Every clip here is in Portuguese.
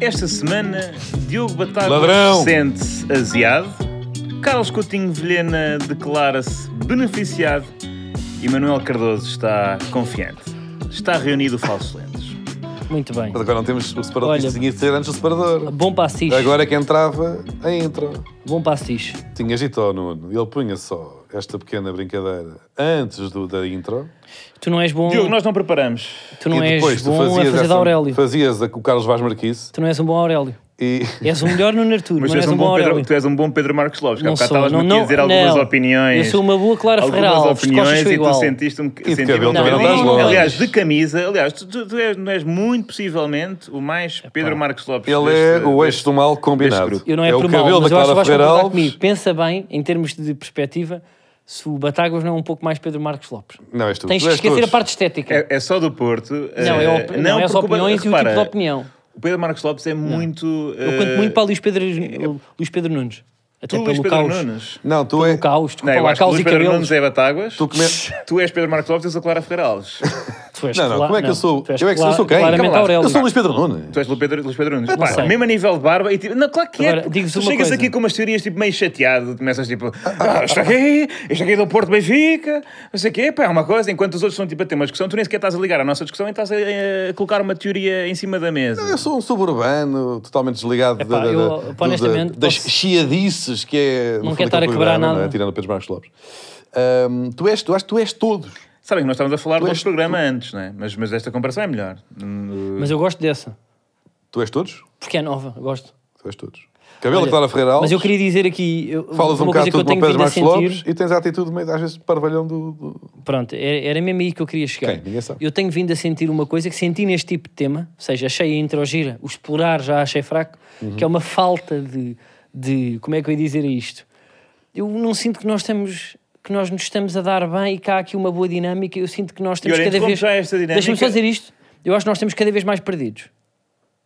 Esta semana, Diogo Batáguas Ladrão. sente-se aziado, Carlos Coutinho Vilhena declara-se beneficiado e Manuel Cardoso está confiante. Está reunido o Falso Lentes. Muito bem. Mas agora não temos o separador. Olha- Isto tinha de ser antes do separador. Bom passiche. Agora é que entrava a intro. Bom passiche. Tinha dito ao Nuno, ele punha só esta pequena brincadeira antes do, da intro. Tu não és bom, Diogo, nós não preparamos. tu não e és depois tu bom a fazias, fazer da essa, Aurélio. fazias a com o Carlos Vaz Marquise Tu não és um bom Aurélio. e És o melhor no Arturo, mas Mas tu não és, um bom Pedro, Aurélio. tu és um bom Pedro Marcos Lopes, que há Não bocado sou, estavas-me não, aqui a não, dizer algumas não. opiniões. Eu sou uma boa Clara Ferreira algumas Alves, costas opiniões sou e tu igual. sentiste um de sentiste cabelo um também não estás bocadinho. longe. Aliás, de camisa, aliás, tu, tu, tu és, tu és muito possivelmente o mais Pedro Marcos Lopes. ele deste- é o eixo do mal combinado. grupo. Eu não é, o por cabelo mal, mas da eu acho que Clara vais Ferreira concordar Alves. comigo. Pensa bem, em termos de perspectiva, se o Batáguas não é um pouco mais Pedro Marcos Lopes. Não, és tu. Tens tu que és esquecer a todos. parte estética. É, é só do Porto. não, é, eh, op... não, é as porque o- opiniões e o tipo repara, de opinião. O Pedro Marcos Lopes é muito. Eu eh, conto muito para Luís Pedro, Luís Pedro Nunes. Até Tu, pelo Luís Pedro caos. Nunes. Não, tu é. Caos, Não, desculpa eu lá, acho que o caos e Luís Pedro cabelos. Nunes é Batáguas. Tu Tu, come- és Pedro Marcos Lopes, eu sou Clara Ferreira Alves. Tu és Não, não, cla- como é que eu sou? tu és Eu é que sou- cla- sou quem? Claramente Calma lá. Aurélio. Eu sou o Luís Pedro Nunes. Tu és Luís Pedro, Luís Pedro Nunes. Pá, sei. mesmo a nível de barba. E, tipo, não, claro que Agora, é. porque digo-vos Tu uma chegas coisa. aqui com umas teorias tipo, meio chateado. Tu começas tipo, ah, isto aqui, isto aqui é do Porto Benfica, não sei o quê. Pá, é uma coisa. Enquanto os outros estão tipo, a ter uma discussão, tu nem sequer estás a ligar à nossa discussão e estás a, eh, colocar uma teoria em cima da mesa. Eu sou um suburbano totalmente desligado Epá, da- da- eu, da- honestamente, da- das posso- chiadices que é. no Não fundo, quero estar a aquele quebrar programa, nada. não é? Tirando o Pedro Marcos Lopes. Ahm, tu és, tu acho que tu és todos. Sabem que nós estávamos a falar de és- outro programa antes, não é? Mas, mas esta comparação é melhor. Hum, Mas eu gosto dessa, Tu és todos? porque é nova, eu gosto. Tu és todos. Cabelo Olha, da Clara Ferreira Alves. Mas eu queria dizer aqui, eu, Falas um uma bocado coisa que tudo para o eu tenho Pedro vindo a Marcos Lopes sentir... e tens a atitude meio, às vezes, parvalhão do. do- Pronto, era, era mesmo aí que eu queria chegar. Quem? Ninguém sabe. Eu tenho vindo a sentir uma coisa que senti neste tipo de tema, ou seja, achei a introgira, o explorar já achei fraco, que é uma falta de, de... Como é que eu ia dizer isto? Eu não sinto que nós estamos... Que nós nos estamos a dar bem e que há aqui uma boa dinâmica. Eu sinto que nós temos olha, cada interrompo vez. já esta dinâmica. Deixa-me só dizer isto. Eu acho que nós temos cada vez mais perdidos.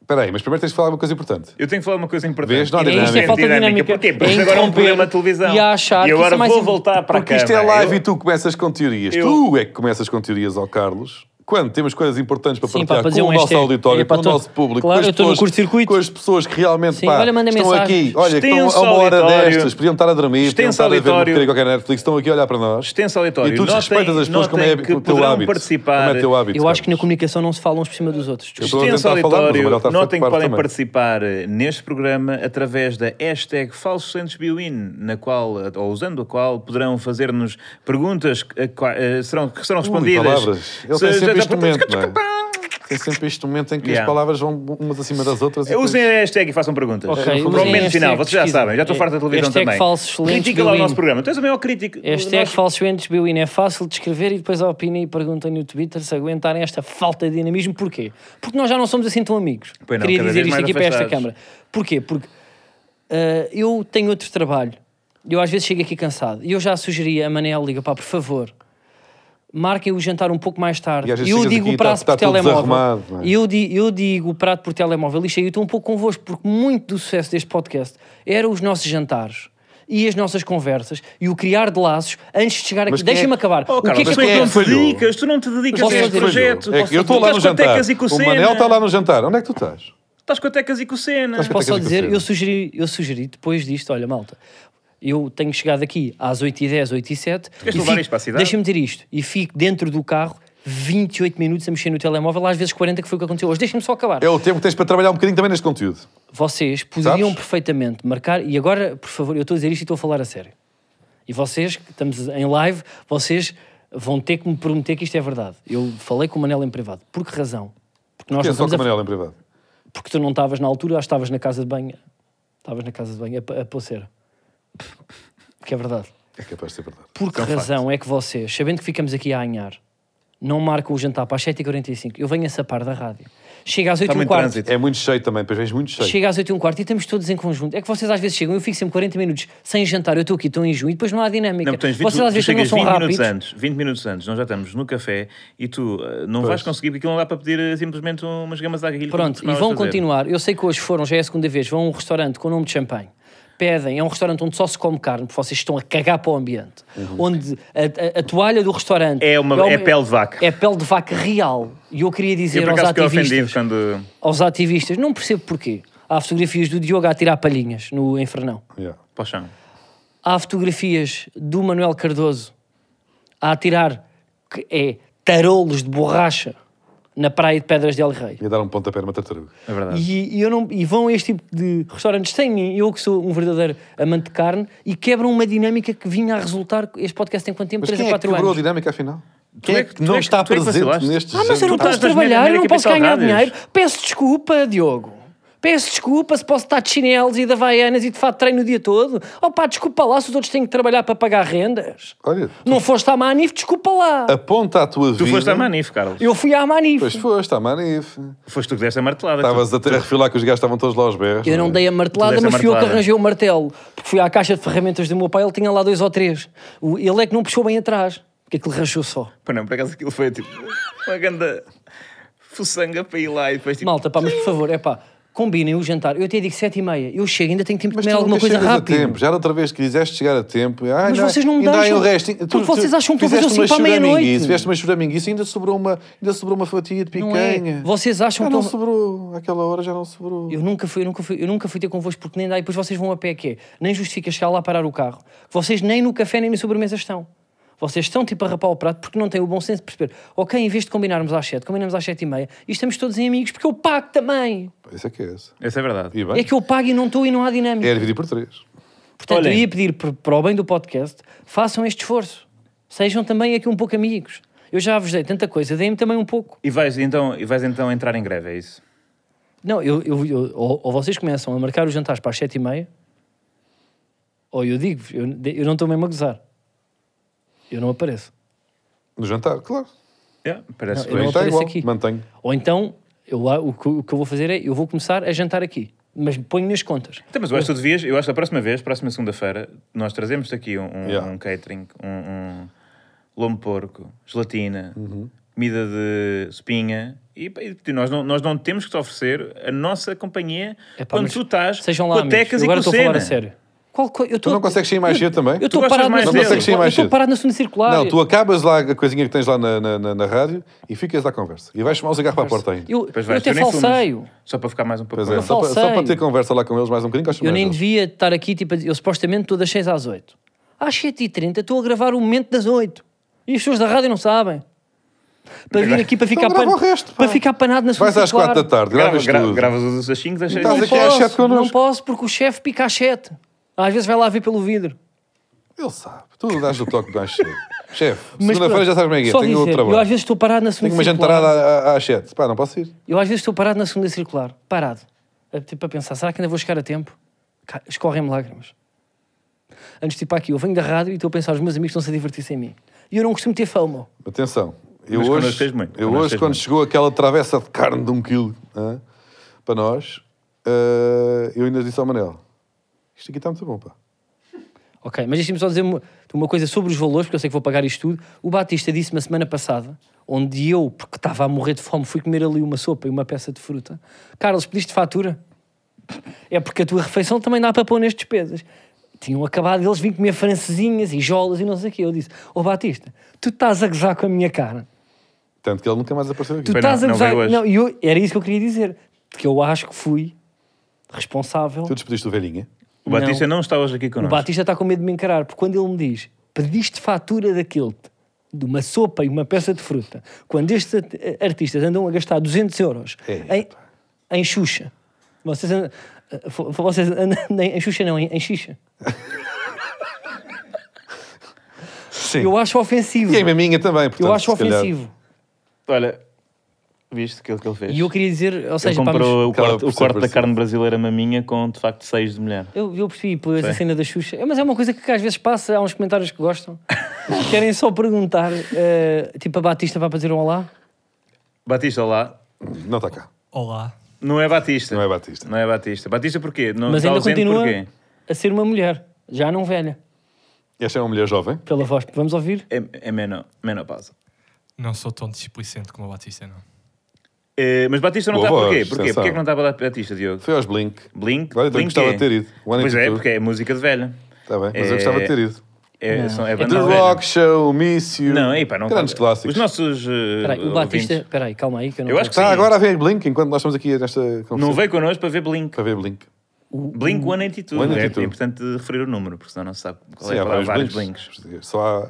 Espera aí, mas primeiro tens de falar uma coisa importante. Eu tenho que falar uma coisa importante. Vês? Não há É dinâmica. isto é falta de dinâmica. Porquê? Porque É isto agora é um interromper programa de televisão. e a achar que isso agora é mais vou im- voltar para Porque cá. isto é live Eu- e tu começas com teorias. Eu- Tu é que começas com teorias ao Carlos. Quando temos coisas importantes para Sim, partilhar pá, fazer com um o nosso hashtag. auditório, É, pá, com o tô- nosso público, com, claro, as eu tô no pessoas- curto-circuito. com as pessoas que realmente Sim, pá, olha, mandem estão mensagens. aqui, olha, que Extenso estão a uma hora auditório. destas, podiam estar a dormir, podiam Extenso estar a ver uma auditório. porcaria qualquer na Netflix, estão aqui a olhar para nós. Extenso auditório. E tu Notem- respeitas as pessoas notem como é que o teu poderão hábito. participar. Como é o teu hábito, Eu acho que na Carlos. comunicação não se falam uns por cima dos outros. Eu Desculpa. estou a Extenso tentar falar, mas o auditório, Manuel está a notem que parte podem também. participar eh, neste programa através da hashtag FalsosLentesBioIn, na qual, eh, ou usando a qual, poderão fazer-nos perguntas que, eh, qua- eh, serão, que serão respondidas. palavras. Ele Se- tem sempre já- este momento, não é? Tem sempre este momento em que Yeah. as palavras vão umas acima das outras. e Usem depois- a hashtag e façam perguntas. Ok, usem Para o momento hashtag final, vocês já pesquisa. sabem, já estou farto da televisão Hashtag também. falsos excelentes Critiquem lá o Bill nosso In. programa. Tu és o maior crítico. Este é Nós- que falsos doentes Biwin é fácil de escrever e depois a opinem e perguntem no Twitter se aguentarem esta falta de dinamismo. Porquê? Porque nós já não somos assim tão amigos. Pois não, Queria cada dizer vez isto mais aqui para esta afastados. Câmara. Porquê? Porque ah, eu tenho outro trabalho. Eu às vezes chego aqui cansado. E eu já sugeri a Manel, liga pá, por favor, marquem o jantar um pouco mais tarde. E às vezes eu chegas digo aqui o e tá- prato tá tudo por telemóvel. desarrumado, não é? Eu, di- eu digo o prato por telemóvel. E chego, eu estou um pouco convosco, porque muito do sucesso deste podcast eram os nossos jantares. E as nossas conversas e o criar de laços antes de chegar aqui. Mas quem é- Deixa-me acabar. Oh, Carlos, o que mas é que tu não acontece? te acontece? dedicas, tu não te dedicas Posso a este dizer- projeto. É que eu estou Tu lá estás com no a jantar. Tecas e com O Senna. Manel está lá no jantar. Onde é que tu estás? Estás com a Tecas e com o Senna. Estás com a Posso só Tecas e dizer, Cacete. eu sugeri, eu sugeri depois disto, olha malta, eu tenho chegado aqui às 8h10, 8h07. Queres levar isto para a cidade? Deixa-me dizer isto. E fico dentro do carro 28 minutos a mexer no telemóvel, às vezes 40, que foi o que aconteceu hoje. Deixa-me só acabar. É o tempo que tens para trabalhar um bocadinho também neste conteúdo. Vocês poderiam Sabes? perfeitamente marcar, e agora, por favor, eu estou a dizer isto e estou a falar a sério. E vocês, que estamos em live, vocês vão ter que me prometer que isto é verdade. Eu falei com o Manel em privado. Por que razão? Porque nós Quem não é só estamos com a o Manel em privado? porque tu não estavas na altura, acho que estavas na casa de banho. Estavas na casa de banho, a, pa- a pulseira. Que é verdade. É capaz de ser verdade. Por que razão é que vocês, sabendo que ficamos aqui a anhar, não marcam o jantar para as 7h45? Eu venho a sapar da rádio. Chega às Está muito 8h15. trânsito. É muito cheio também, depois vens muito cheio. Chega às 8h15 e estamos todos em conjunto. É que vocês às vezes chegam, eu fico sempre 40 minutos sem jantar, eu estou aqui, estou em junho, e depois não há dinâmica. Não, tens 20, vocês às tu vezes também chegas não são 20 rápidos. minutos antes, 20 minutos antes, nós já estamos no café e tu eh, não vais conseguir porque aquilo não dá para pedir eh, simplesmente umas gamas de água. aquilo que Pronto, e costumavas vão fazer. continuar. Eu sei que hoje foram, já é a segunda vez, vão a um restaurante com o nome de champanhe. Pedem, é um restaurante onde só se come carne, porque vocês estão a cagar para o ambiente. Onde a, a- a toalha do restaurante Uhum. É uma- é pele de vaca. É pele de vaca real. E eu queria dizer Eu por aos acaso fiquei ofendido ativistas, quando. aos ativistas, não percebo porquê. Há fotografias do Diogo a tirar palhinhas no Infernão. Yeah. Para o chão. Há fotografias do Manuel Cardoso a atirar que é, tarolos de borracha na praia de Pedras de El Rei. Ia dar um pontapé numa tartaruga. É verdade. E, e eu não, e vão a este tipo de restaurantes sem mim, eu que sou um verdadeiro amante de carne, e quebram uma dinâmica que vinha a resultar. Este podcast tem quanto tempo? Mas 3 quem a é que 4 quebrou a anos. dinâmica, afinal? é Quem é que- que tu não é que- está tu é que presente vacilaste. nestes Ah, mas eu não Tu estás jantares? posso nas trabalhar, eu minhas não posso capital ganhar rádios. dinheiro. Peço desculpa, Diogo. Peço desculpa se posso estar de chinelos e de havaianas e de fato treino o dia todo. Oh pá, desculpa lá se os outros têm que trabalhar para pagar rendas. Olha, Não foste à Manif, desculpa lá. aponta a tua vida. Tu foste à Manif, Carlos. Eu fui à Manif. Pois foste à Manif. Foste tu que deste a martelada. Estavas tu- até a refilar que os gajos estavam todos lá aos berros. é? Eu não dei a Tu martelada, deste a mas fui eu que martelada. arranjei o martelo. Porque fui à caixa de ferramentas do meu pai, ele tinha lá dois ou três. O- Ele é que não puxou bem atrás, porque aquilo rachou só. Pá, não, por acaso aquilo foi tipo uma grande fuçanga para ir lá e depois tipo. Malta, pá, mas por favor, é pá, combinem o jantar. Eu até digo sete e meia. Eu chego, ainda tenho tempo de Mas comer tu alguma nunca coisa chegas a rápida. tempo. Já era outra vez que quiseste chegar a tempo. Ai, Mas não, é? vocês não me ainda há deixam, o resto. Tu- porque tu- vocês acham que eu vou fizeste fazer o uma cinco à meia-noite. choraminguice, Fizeste uma choraminguice e ainda sobrou uma, ainda sobrou uma fatia de Não é? picanha. Vocês acham Já que não eu- sobrou. Aquela hora já não sobrou. Eu nunca fui, eu nunca fui, eu nunca fui ter convosco porque nem dá. E depois vocês vão a pé que é. Nem justifica chegar lá parar o carro. Vocês nem no café nem na sobremesa estão. Vocês estão tipo a rapar o prato porque não têm o bom senso de perceber. Ok, em vez de combinarmos às 7, combinamos às 7 e meia e estamos todos em amigos porque eu pago também. Isso é que é isso. Essa é verdade. E bem, É que eu pago e não estou e não há dinâmica. é dividir por três. Portanto, Olhem. eu ia pedir por- para o bem do podcast, façam este esforço. Sejam também aqui um pouco amigos. Eu já vos dei tanta coisa, deem-me também um pouco. E vais, então, e vais então entrar em greve, é isso? Não, eu, eu, eu- ou, ou vocês começam a marcar os jantares para as sete e meia, ou eu digo-vos, eu, eu não estou mesmo a gozar. Eu não apareço. No jantar, claro. Yeah, parece Não, eu bem. não Está apareço igual. aqui. Mantenho. Ou então, eu, lá- o, que, o que eu vou fazer é, eu vou começar a jantar aqui, mas ponho nas contas. Então, mas eu acho que tu devias, eu acho que a próxima vez, próxima segunda-feira, nós trazemos-te aqui um, um- Yeah. um catering, um, um lombo de porco, gelatina, Uhum. comida de espinha. E, pá, e tipo, nós, não, nós não temos que te oferecer a nossa companhia Epá, quando mas tu estás Sejam com lá a tecas amigos. e Agora com estou a falar cena. a sério. Qual, co- eu Tu tô- não consegues sair mais cedo também? Eu estou gostas parado mais na dele? Não consegues sair eu mais estou cedo. parado na segunda circular. Não, tu acabas lá a coisinha que tens lá na, na, na- na rádio e ficas à conversa. E vais fumar um cigarro para a porta ainda. Eu, Depois eu vais, até tu nem fumas. falseio. Só para ficar mais um pouco. Pois é, com- só para, só falseio. para ter conversa lá com eles mais um bocadinho, gosto mais Eu nem deles. devia estar aqui, tipo, eu supostamente estou das 6 às 8. Às 7h30 estou a gravar o momento das 8. E as pessoas da rádio não sabem. Para vir aqui para ficar, Então grava pan- o resto, pá. para ficar panado na sua Vais às quatro da tarde, Grava, gravas gra- tudo. gravas os das 5, das 6. Estás Não aqui às sete posso, connosco. não posso, porque o chefe pica às 7. Às vezes vai lá ver pelo vidro. Ele sabe. Tu dás o toque mais cedo. Chefe, Mas segunda-feira pronto, já sabes como é que é. só Tenho outro dizer, Eu às trabalho. vezes estou parado na segunda Tenho uma jantarada circular. à- à- às sete. Pá, não posso ir. Eu às vezes estou parado na segunda circular. Parado. A, tipo a pensar, será que ainda vou chegar a tempo? Ca- Escorrem-me lágrimas. Antes de ir para aqui, eu venho da rádio e estou a pensar, os meus amigos estão-se a divertir sem mim. E eu não costumo ter FOMO. Atenção. Eu Mas connosco hoje, tens muito, eu connosco hoje tens quando muito. chegou aquela travessa de carne de um quilo hã, para nós, eh, eu ainda disse ao Manel, isto aqui está muito bom, pá. Ok, mas deixa-me só dizer uma, uma coisa sobre os valores, porque eu sei que vou pagar isto tudo. O Batista disse-me a semana passada, onde eu, porque estava a morrer de fome, fui comer ali uma sopa e uma peça de fruta. Carlos, pediste fatura? É porque a tua refeição também dá para pôr nas despesas. Tinham acabado, eles vim comer francesinhas e jolas e não sei o quê. Eu disse, ô Batista, tu estás a gozar com a minha cara. Tanto que ele nunca mais apareceu aqui. Tu Foi, tá- estás não- a não gozar... veio hoje. e eu, era isso que eu queria dizer. Que eu acho que fui responsável. Tu despediste o velhinho. O Batista não está hoje aqui O connosco. Batista está com medo de me encarar, porque quando ele me diz pediste fatura daquilo, de uma sopa e uma peça de fruta, quando estes art- artistas andam a gastar 200 euros É, em, em Xuxa, vocês andam, eh, fo- vocês andam em, em Xuxa, não, em, em Xixa. Sim. Eu acho ofensivo. E a minha também, portanto, eu acho se calhar, ofensivo. Olha, viste aquilo que ele é fez? E eu queria dizer, ou Ele seja, pá, mas comprou o Acaba corte, por o ser corte da parecido. carne brasileira maminha com, de facto, seis de mulher. eu, eu percebi por essa cena da Xuxa, É, mas é uma coisa que às vezes passa, há uns comentários que gostam, querem só perguntar, eh, tipo a Batista vai fazer um olá. Batista, lá. Não está cá. Olá. Não é Batista. Não é Batista. Não é Batista. Batista porquê? Não Mas está ainda ausente continua porquê? a ser uma mulher, já não velha, Esta é uma mulher jovem. pela voz. Vamos ouvir? É, é meno- menopausa. Não sou tão displicente como a Batista, não. Eh, mas Batista não Boa está porquê? voz, Porquê? atenção. Porquê que não está para dar Batista, Diogo? Foi aos Blink. Blink? Olha, eu Blink gostava quê? de ter ido. Um One and Pois é, two. porque é música de velha. Tá. Está bem, mas É- eu gostava de ter ido. é, são, é The banda velha. Rock Show, Miss You. Não, aí pá, não tá- Grandes clássicos. Os nossos. eh, Peraí, o Batista. Espera aí, calma aí que eu não Eu tô- acho que Está sim. agora a ver Blink, enquanto nós estamos aqui nesta conversa. Não veio connosco para ver Blink. Para ver Blink. Blink One Attitude. One é, Attitude. é importante referir o número, porque senão não se sabe qual Sim, é. há qual é. vários, vários Blinks. Blinks. Só há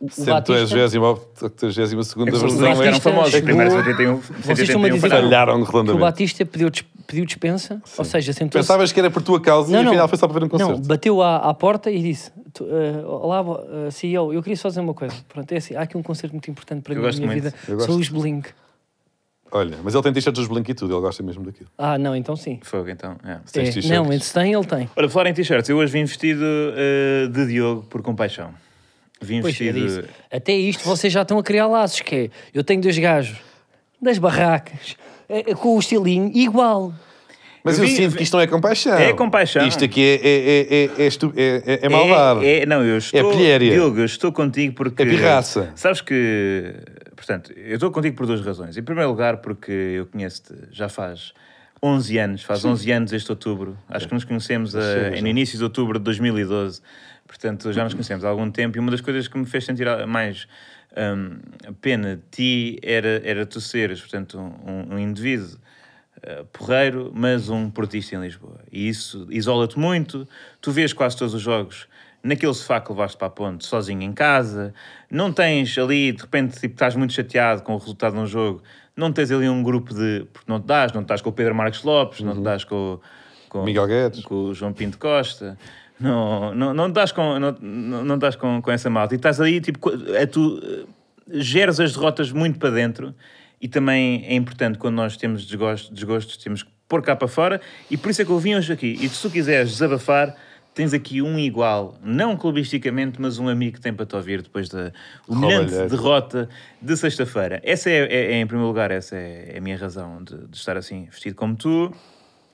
Batista- 70 ou 82 segunda É Os versão. Blinks Batista eram famosos. é Os chegou- primeiros 81 estão-me a 71 dizer- falharam. Falharam que o redondamente. Batista pediu, dis- pediu dispensa, ou seja, sentou-se. Pensavas que era por tua causa e afinal foi só para ver um Não, concerto. bateu à, à porta e disse: tu, eh, Olá, bo- eh, CEO, eu queria só dizer uma coisa. Pronto, é assim, há aqui um concerto muito importante para Eu mim na gosto minha muito. vida. Eu São gosto. os Blink. Olha, mas ele tem t-shirts dos Blink e tudo, ele gosta mesmo daquilo. Ah, não, então sim. Fogo, então. é. Tens É, t-shirts. não, esse tem, ele tem. Olha, falar em t-shirts, eu hoje vim vestido eh, de Diogo por compaixão. Vim Pois é, vestido. disse. Até isto vocês já estão a criar laços, que é, eu tenho dois gajos das barracas, eh, eh, com o estilinho igual. Mas Eu eu vi- sinto que isto não é compaixão. É compaixão. Isto aqui é, é, é, é, é, estu- é, é, é maldade. É, é- não, eu estou. pilhéria. Diogo, eu estou contigo porque. É pirraça. Sabes que. Portanto, eu estou contigo por duas razões. Em primeiro lugar, porque eu conheço-te já faz 11 anos, faz 11 anos este outubro. Acho que nos conhecemos a- Sim, no início de outubro de 2012. Portanto, já nos conhecemos há algum tempo. E uma das coisas que me fez sentir a- mais. hum, pena de ti era, era tu seres, portanto, um, um indivíduo Uh, porreiro, mas um portista em Lisboa. E isso isola-te muito. Tu vês quase todos os jogos naquele sofá que levaste para a ponte, sozinho em casa. Não tens ali, de repente, tipo, estás muito chateado com o resultado de um jogo. Não tens ali um grupo de. Porque não te dás, não te dás com o Pedro Marques Lopes, não te dás com, com Uhum. Miguel Guedes. com o João Pinto Costa. Não, não, não estás, com, não, não não estás com, com essa malta. E estás ali, tipo, co- a tu eh, geras as derrotas muito para dentro. E também é importante quando nós temos desgostos, desgostos temos que pôr cá para fora. E por isso é que eu vim hoje aqui. E se tu quiseres desabafar, tens aqui um igual, não clubisticamente, mas um amigo que tem para te ouvir depois da humilhante Roubalheira. derrota de sexta-feira. Essa é, é- é, em primeiro lugar, essa é a minha razão de- de estar assim, vestido como tu.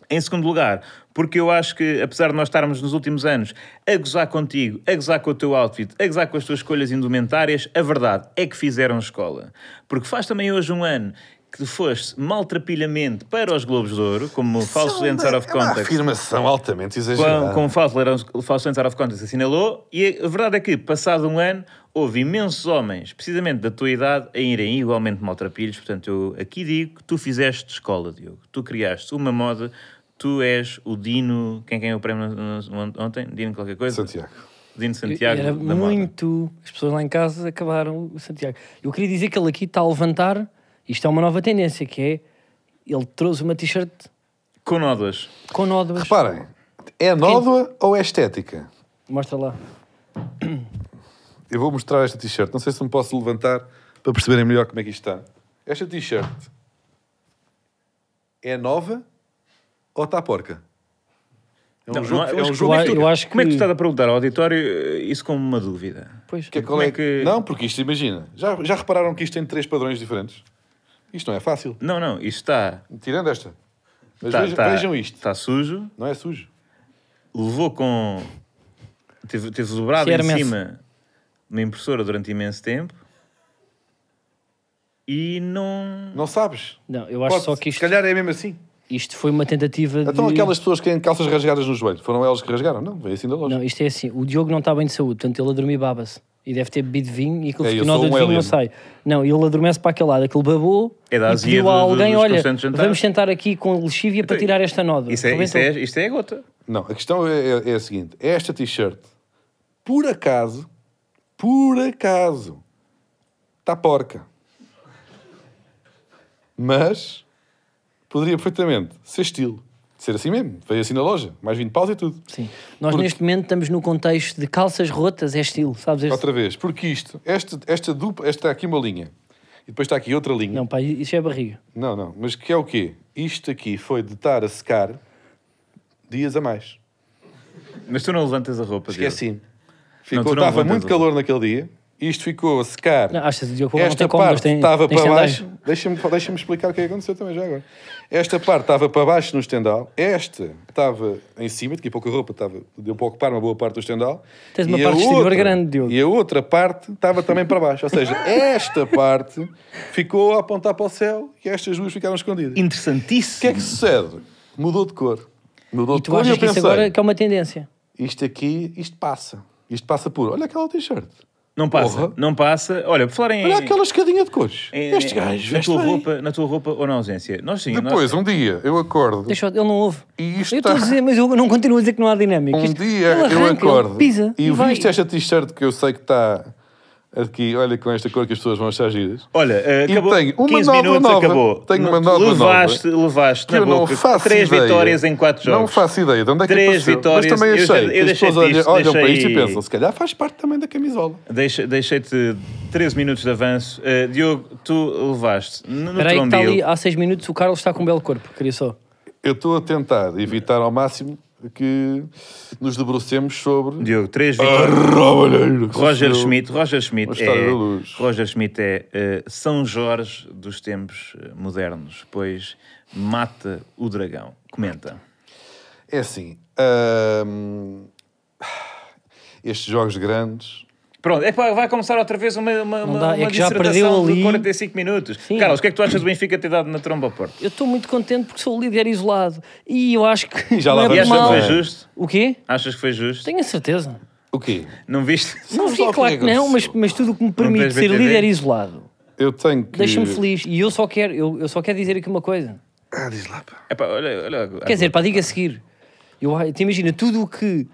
Em segundo lugar, porque eu acho que, apesar de nós estarmos nos últimos anos a gozar contigo, a gozar com o teu outfit, a gozar com as tuas escolhas indumentárias, a verdade é que fizeram escola. Porque faz também hoje um ano que foste maltrapilhamente para os Globos de Ouro, como falso Isso é dentro out of uma- é uma context afirmação altamente com, exagerada. com o Fausto Leirão, o Fausto Leirão of Contas assinalou, e a verdade é que, passado um ano, houve imensos homens, precisamente da tua idade, a irem igualmente maltrapilhos. Portanto, eu aqui digo que tu fizeste escola, Diogo. Tu criaste uma moda, tu és o Dino. Quem ganhou o prémio no- no- ontem? Dino qualquer coisa? Santiago. Dino Santiago. era da moda. muito. As pessoas lá em casa acabaram o Santiago. Eu queria dizer que ele aqui está a levantar. Isto é uma nova tendência que é. Ele trouxe uma t-shirt Com nódoas. com nódoas. Reparem, é nódoa ou é estética? Mostra lá. Eu vou mostrar esta t-shirt. Não sei se me posso levantar para perceberem melhor como é que isto está. Esta t-shirt é nova ou está porca? É um Não, jogo. não, é um que- jogo eu que- tu- eu acho como é que tu que- estás a perguntar ao auditório eh, isso como uma dúvida? Pois. que é- qual como é é que- Não, porque isto, imagina. Já, já repararam que isto tem três padrões diferentes? Isto não é fácil. Não, não, isto está. Tirando esta. Mas está- vejam, está- vejam isto. Está sujo. Não é sujo. levou com. Teve, teve dobrado Sim, era em imenso. cima uma impressora durante imenso tempo e não. Não sabes. Não, eu acho Pode- só que isto, Se calhar é mesmo assim. isto foi uma tentativa de. Então aquelas pessoas que têm calças rasgadas no joelho, foram elas que rasgaram? Não, veio assim da loja. Não, isto é assim. O Diogo não está bem de saúde, portanto ele a dormir baba-se. E deve ter bebido vinho e aquele É, eu fenómeno sou um de vinho alien. não sai. Não, ele adormece para aquele lado. Aquele babou É da e azia pediu do- a do- alguém, dos olha, constantes jantares. vamos sentar aqui com lexívia para tirar esta nódoa. Isso é, isso, Rebentou. é, isto é a gota. Não, a questão é, é- é a seguinte: esta t-shirt, por acaso, por acaso, está porca. Mas poderia perfeitamente ser estilo. Ser assim mesmo. Veio assim na loja, mais 20 paus e tudo. Sim. Nós Porque- neste momento estamos no contexto de calças rotas, é estilo, sabes? Este- Outra vez, porque isto, esta, esta dupla, esta está aqui uma linha. E depois está aqui outra linha. Não, pá, isso é barriga. Não, não. Mas que é o quê? Isto aqui foi de estar a secar dias a mais. Mas tu não levantas a roupa. Diogo. Esqueci-me. é. Não, tu Ficou, não estava levantas muito o- calor naquele dia. Isto ficou a secar. Não, achas, Diogo, não Esta tem como, mas parte tem, estava tem para estandarte. baixo. Deixa-me deixa explicar o que é que aconteceu também já agora. Esta parte estava para baixo no estendal. Esta estava em cima, daqui a pouco a roupa estava, deu para ocupar uma boa parte do estendal. Tens uma E a parte exterior outra- grande, Diogo. E a outra parte estava também para baixo. Ou seja, esta parte ficou a apontar para o céu e estas duas ficaram escondidas. O que Interessantíssimo. é que sucede? Mudou de cor. Mudou E de tu cor e achas eu que isso pensei, agora que é uma tendência? isto aqui, isto passa. Isto passa por. Olha aquela t-shirt. Não passa, Porra. não passa. Olha, por falar em. Olha aquela escadinha de cores. em- Este gajo na veste tua, bem. É, roupa, é? na tua roupa ou na ausência. Nós sim. Depois, nós... um dia, eu acordo Deixa eu- ele não ouve. e isto Eu estou a está- dizer, mas eu não continuo a dizer que não há dinâmica. Um Isto- dia ele eu arranca, ele acordo pisa e é vai. viste esta t-shirt que eu sei que está aqui, olha com esta cor que as pessoas vão achar giras. Olha, eh, E acabou. tenho uma 15 nova minutos, nova. acabou. Tenho Não- uma nova levaste, levaste Que na eu não boca. faço Três ideia. vitórias em quatro jogos. Não faço ideia de onde é que Três apareceu. vitórias. Mas também Eu achei já- eu que as deixei pessoas olham, disto, olham para isto e deixei- pensam, se calhar faz parte também da camisola. Deixa- Deixei-te 13 minutos de avanço. Eh, Diogo, tu levaste no no Espera um aí que está ali ah. trombil. há 6 minutos, o Carlos está com um belo corpo, queria só. Eu estou a tentar evitar ao máximo que nos debrucemos sobre Diogo, três vitórias. Arrobalheiro. Roger Schmidt, Roger Schmidt Gostar é, da luz. Roger Schmidt é eh, São Jorge dos tempos eh, modernos, pois mata o dragão. Comenta. É assim, hum, estes jogos grandes Pronto, é pá, vai começar outra vez uma, uma, Não uma, dá, é uma que já dissertação perdeu de ali. 45 minutos. Sim. Carlos, o que é que tu achas do Benfica ter dado na tromba ao Porto? Eu estou muito contente porque sou o líder isolado. E eu acho que. E já lá não E é achas que vamos por mal. foi também. justo? O quê? Achas que foi justo? Tenho a certeza. O quê? Não viste? Não Sabes lá vi, o que claro é que não, mas, aconteceu? mas tudo o que me tens permite ser BTV? líder isolado Eu tenho que. deixa-me feliz. E eu só quero, eu, eu só quero dizer aqui uma coisa. Ah, diz lá, pá. É pá, olha, olha. Quer dizer, pá, diga a seguir. Eu, a- te imagina, tudo o que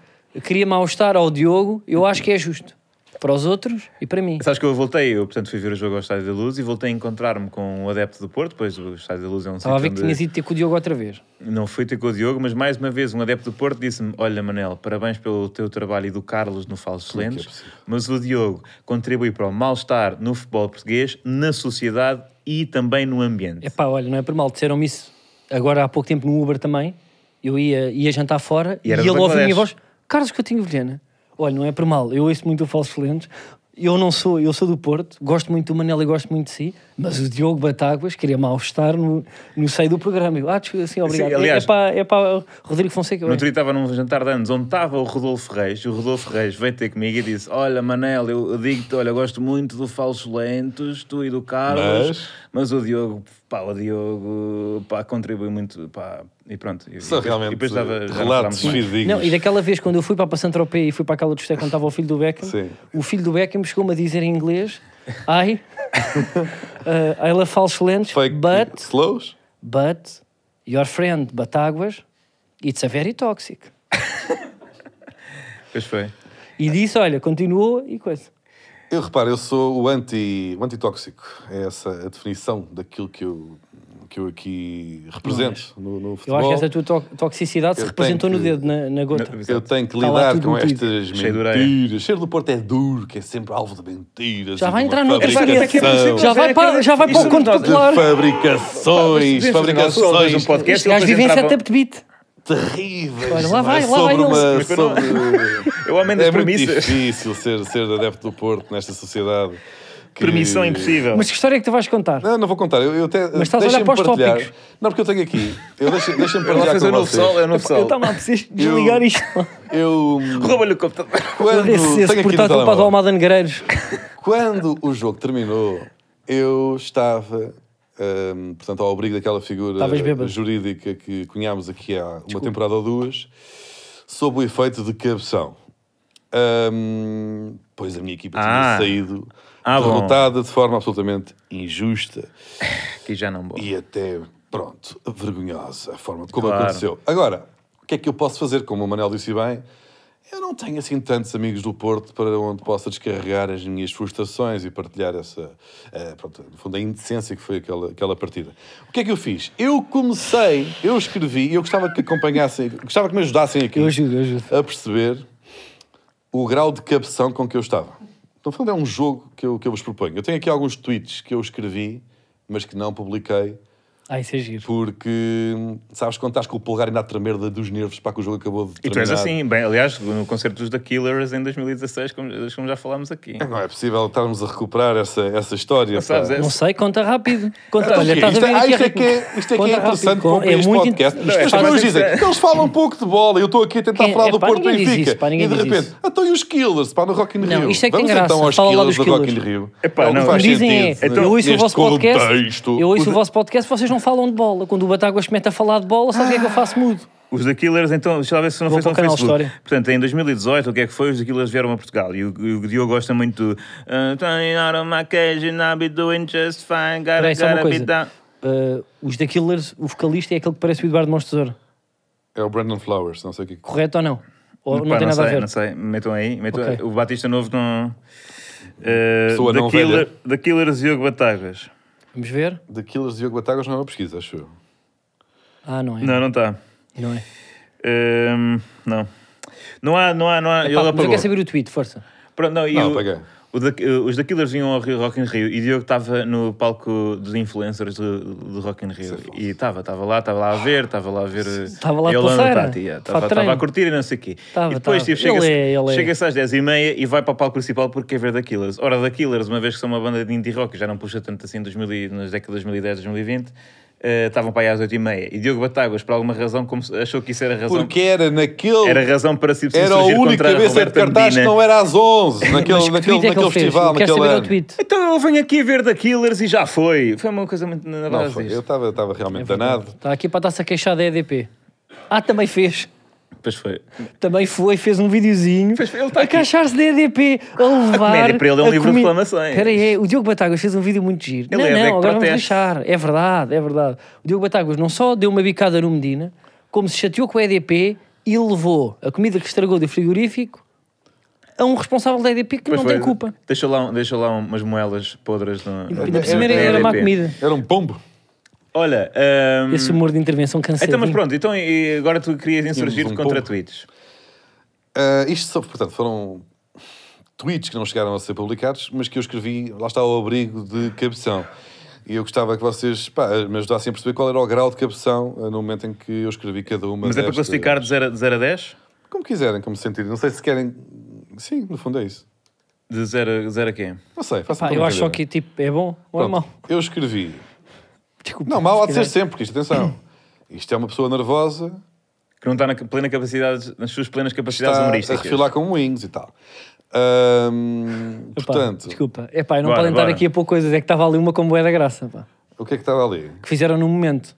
queria mal-estar ao Diogo, eu acho que é justo. Para os outros e para mim. Sabes que eu voltei, eu portanto fui ver o jogo ao Estádio da Luz e voltei a encontrar-me com um adepto do Porto, pois o Estádio da Luz é um Estava a ver sítio que onde... tinhas ido ter com o Diogo outra vez. Não fui ter com o Diogo, mas mais uma vez um adepto do Porto disse-me: Olha, Manel, parabéns pelo teu trabalho e do Carlos no Falsos é Lentes, possível? mas o Diogo contribui para o mal-estar no futebol português, na sociedade e também no ambiente. É pá, olha, não é por mal, disseram-me isso agora há pouco tempo no Uber também. Eu ia, ia jantar fora E e, era do ele ouve a minha Bangladesh. voz: Carlos Coutinho Vilhena, olha, não é por mal, eu ouço muito o Falso Lentes, eu não sou, eu sou do Porto, gosto muito do Manel e gosto muito de si, mas o Diogo Batáguas queria mal-estar no, no seio do programa. Eu, ah, desculpa, sim, obrigado. É- aliás- é pá, é pá, Rodrigo Fonseca. No ué. outro dia estava num jantar de anos onde estava o Rodolfo Reis e o Rodolfo Reis veio ter comigo e disse: Olha, Manel, eu eu digo-te, olha, eu gosto muito do Falsos Lentos, tu e do Carlos, mas, o Diogo, pá, o Diogo, pá, contribui muito, pá, e pronto. E, São e- realmente e depois dava, já não relatos falámos mais. fidedignos. Não, e daquela vez quando eu fui para a Passantropé e fui para aquela discoteca onde estava o filho do Beckham, Sim. o filho do Beckham chegou-me a dizer em inglês: I, uh, I love false lens, Fake but, slows? but your friend Batáguas, it's a very toxic. Pois foi. E disse: Olha, continuou e coisa. Eu reparo, eu sou o anti, o antitóxico. É essa a definição daquilo que eu, que eu aqui represento no, no Eu futebol. acho que essa tua to- toxicidade se Eu representou tenho no que- dedo, na, na gota. Eu tenho que Está Tá lá lidar tudo com metido. estas Cheio de areia. mentiras. O cheiro do Porto é duro, que é sempre alvo de mentiras. Já e vai de é uma entrar noutra fabricação. experiência. Mas é que é possível. Já vai para, já vai para Isso o conto não- popular. De Pá, fabricações, podemos fazer nós fabricações um podcast Este e gajo depois vive em entrava- setup de beat. terríveis. Olha, lá não é? vai, lá sobre vai uma, Mas foi sobre... Eu homem das é muito premissas. difícil ser, ser adepto do Porto nesta sociedade. que- Permissão impossível. Mas que história é que tu vais contar? Não, não vou contar. Eu, eu até, Mas estás a olhar deixem-me para os partilhar. tópicos. Não, porque eu tenho aqui. Eu deixo- Deixem-me Eu vou partilhar fazer com o novo vocês. sol, eu não eu sol. estava a precisar desligar Eu- isto. Eu, Rouba-lhe o computador. quando, Esse, tenho esse aqui no portátil para o telemóvel. Almada Negreiros. Quando o jogo terminou, eu estava, hum, portanto, ao abrigo daquela Estavas figura bêbado. jurídica que cunhámos aqui há uma temporada ou duas, sob o efeito de cabeção. Hum, pois a minha equipa tinha Ah. saído Ah, bom. derrotada de forma absolutamente injusta Aqui já não vou. e até, pronto, vergonhosa a forma como Claro. aconteceu. Agora, o que é que eu posso fazer? Como o Manel disse bem, eu não tenho assim tantos amigos do Porto para onde possa descarregar as minhas frustrações e partilhar essa, eh, pronto, no fundo, a indecência que foi aquela, aquela partida. O que é que eu fiz? Eu comecei, eu escrevi, e eu gostava que acompanhassem, gostava que me ajudassem aqui Eu ajudo, eu ajudo. a perceber o grau de capção com que eu estava. No fundo, é um jogo que eu, que eu vos proponho. Eu tenho aqui alguns tweets que eu escrevi, mas que não publiquei, Ah, isso é giro. porque hum, sabes quando estás com o polegar ainda a tremer da- dos nervos para que o jogo acabou de E terminar. tu és assim, bem, aliás, no concerto dos The Killers em 2016, como, como já falámos aqui. Não é possível estarmos a recuperar essa, essa história. Não sabes, pá. é- Não sei, conta rápido. Conta, Então, olha, o quê? estás a isto, ver é- ah, aqui isto a é que é, isto é, que Conta é rápido, interessante com- para é este muito podcast. inter- Não, é As mais pessoas dizem, interessante. eles falam pouco de bola, eu estou aqui a tentar Quem- falar do é pá, Porto ninguém diz Benfica. isso, pá, e ninguém de diz repente, isso. então e os Killers, pá, no Rock in Rio? Não, isto é que tem Vamos graça, então aos fala lá Killers dos do Rock in Killers. Rio. Epá, não não, então, faz me dizem é, sentido. eu ouço o neste vosso podcast, contexto. eu ouço o vosso podcast, vocês não falam de bola. Quando o Batáguas se mete a falar de bola, sabes o que é que eu faço mudo? Os The Killers, então, deixa lá ver se não foi Vou só para o no canal Facebook. História. Portanto, em 2018, o que é que foi? Os The Killers vieram a Portugal e o, e o Diogo gosta muito do. "Uh, turning out of my cage and I'll be doing just fine. Gotta, Peraí, só uma gotta be coisa. down. Ah, os The Killers, o vocalista é aquele que parece o Eduardo Mons Tesouro. É o Brandon Flowers, não sei o que. Correto ou não? Ou não Pá, tem nada sei, é, a ver? Não sei, metam aí. metam- Ok. O Batista Novo não. Uh, Pessoa The, não Killer- velha. The Killers Diogo Batagas. Vamos ver? The Killers Diogo Batagas não é uma pesquisa, acho eu. Ah, não é. Não, não está. Não é. não. Não há, não há, não há. Epá, ele mas é eu apagou. quero saber o tweet, força. Pronto, não, e Não, é. o- apaguei. o da- os da Killers vinham ao Rio Rock in Rio e Diogo estava no palco dos influencers do, do Rock in é Rio e estava, estava lá, estava lá a ver, estava lá a ver eh, Estava lá a de Yolanda pulseira, Tati, yeah, para estava treino. estava a curtir e não sei o quê Estava, e depois estava. tipo, chega-se Ele é- ele é. chega-se às 10h30 e vai para o palco principal porque quer ver da Killers ora, da Killers, uma vez que são uma banda de indie rock e já não puxa tanto assim em 2000, e- nas décadas de 2010, 2020 eh, estavam para aí às 8h30 e Diogo Batáguas por alguma razão como se- achou que isso era razão Porque era naquele. era razão para se Era a surgir única contra cabeça de Roberta cartaz que Medina. não era às 11, Mas naquele, que naquele, tweet é que naquele ele fez? festival, Eu quero naquele saber o ano. tweet. Então eu venho aqui ver da Killers e já foi. Foi uma coisa muito na Não, base foi. Eu disto. estava estava É realmente danado. Está aqui para estar-se a queixar da EDP. Ah, também fez. Pois foi. Também foi, fez um videozinho Pois foi, ele tá a aqui. queixar-se da EDP, a levar... comédia para ele é um a livro de reclamações. Espera aí, o Diogo Batagas fez um vídeo muito giro. Ele não, é não, de agora vamos protesto. deixar. É verdade, é verdade. O Diogo Batagas não só deu uma bicada no Medina, como se chateou com a EDP e levou a comida que estragou do frigorífico a um responsável da EDP que Pois não foi. tem culpa. Deixou lá, um- deixou lá umas moelas podres no. E no- ainda por cima era, no era má EDP. comida. Era um pombo. Olha. hum, Esse humor de intervenção cansado. então, mas pronto, então, e agora tu querias insurgir um contra pouco. tweets. Ah, isto, só- portanto, foram tweets que não chegaram a ser publicados, mas que eu escrevi, lá está o abrigo de cabeção. E eu gostava que vocês pá, me ajudassem a perceber qual era o grau de cabeção ah, no momento em que eu escrevi cada uma Mas é para destas. classificar de 0 a, de 0 a 10? Como quiserem, como sentirem. Não sei se querem... Sim, no fundo é isso. De 0 a, 0 a quê? Não sei, façam Pá, como eu acho só quiserem. que tipo, é bom ou é Pronto, mau? Eu escrevi... Desculpa, Não, mal há de se ser calhar. sempre, porque isto, atenção, isto é uma pessoa nervosa, Que não está na plena capacidade, nas suas plenas capacidades está a humorísticas. refilar com wings e tal. Ahm, Epá, portanto, desculpa, Epá, não Bora, podem estar bora. aqui a pôr coisas, é que estava ali uma com bué da graça, pá. o que é que estava ali? que fizeram no momento.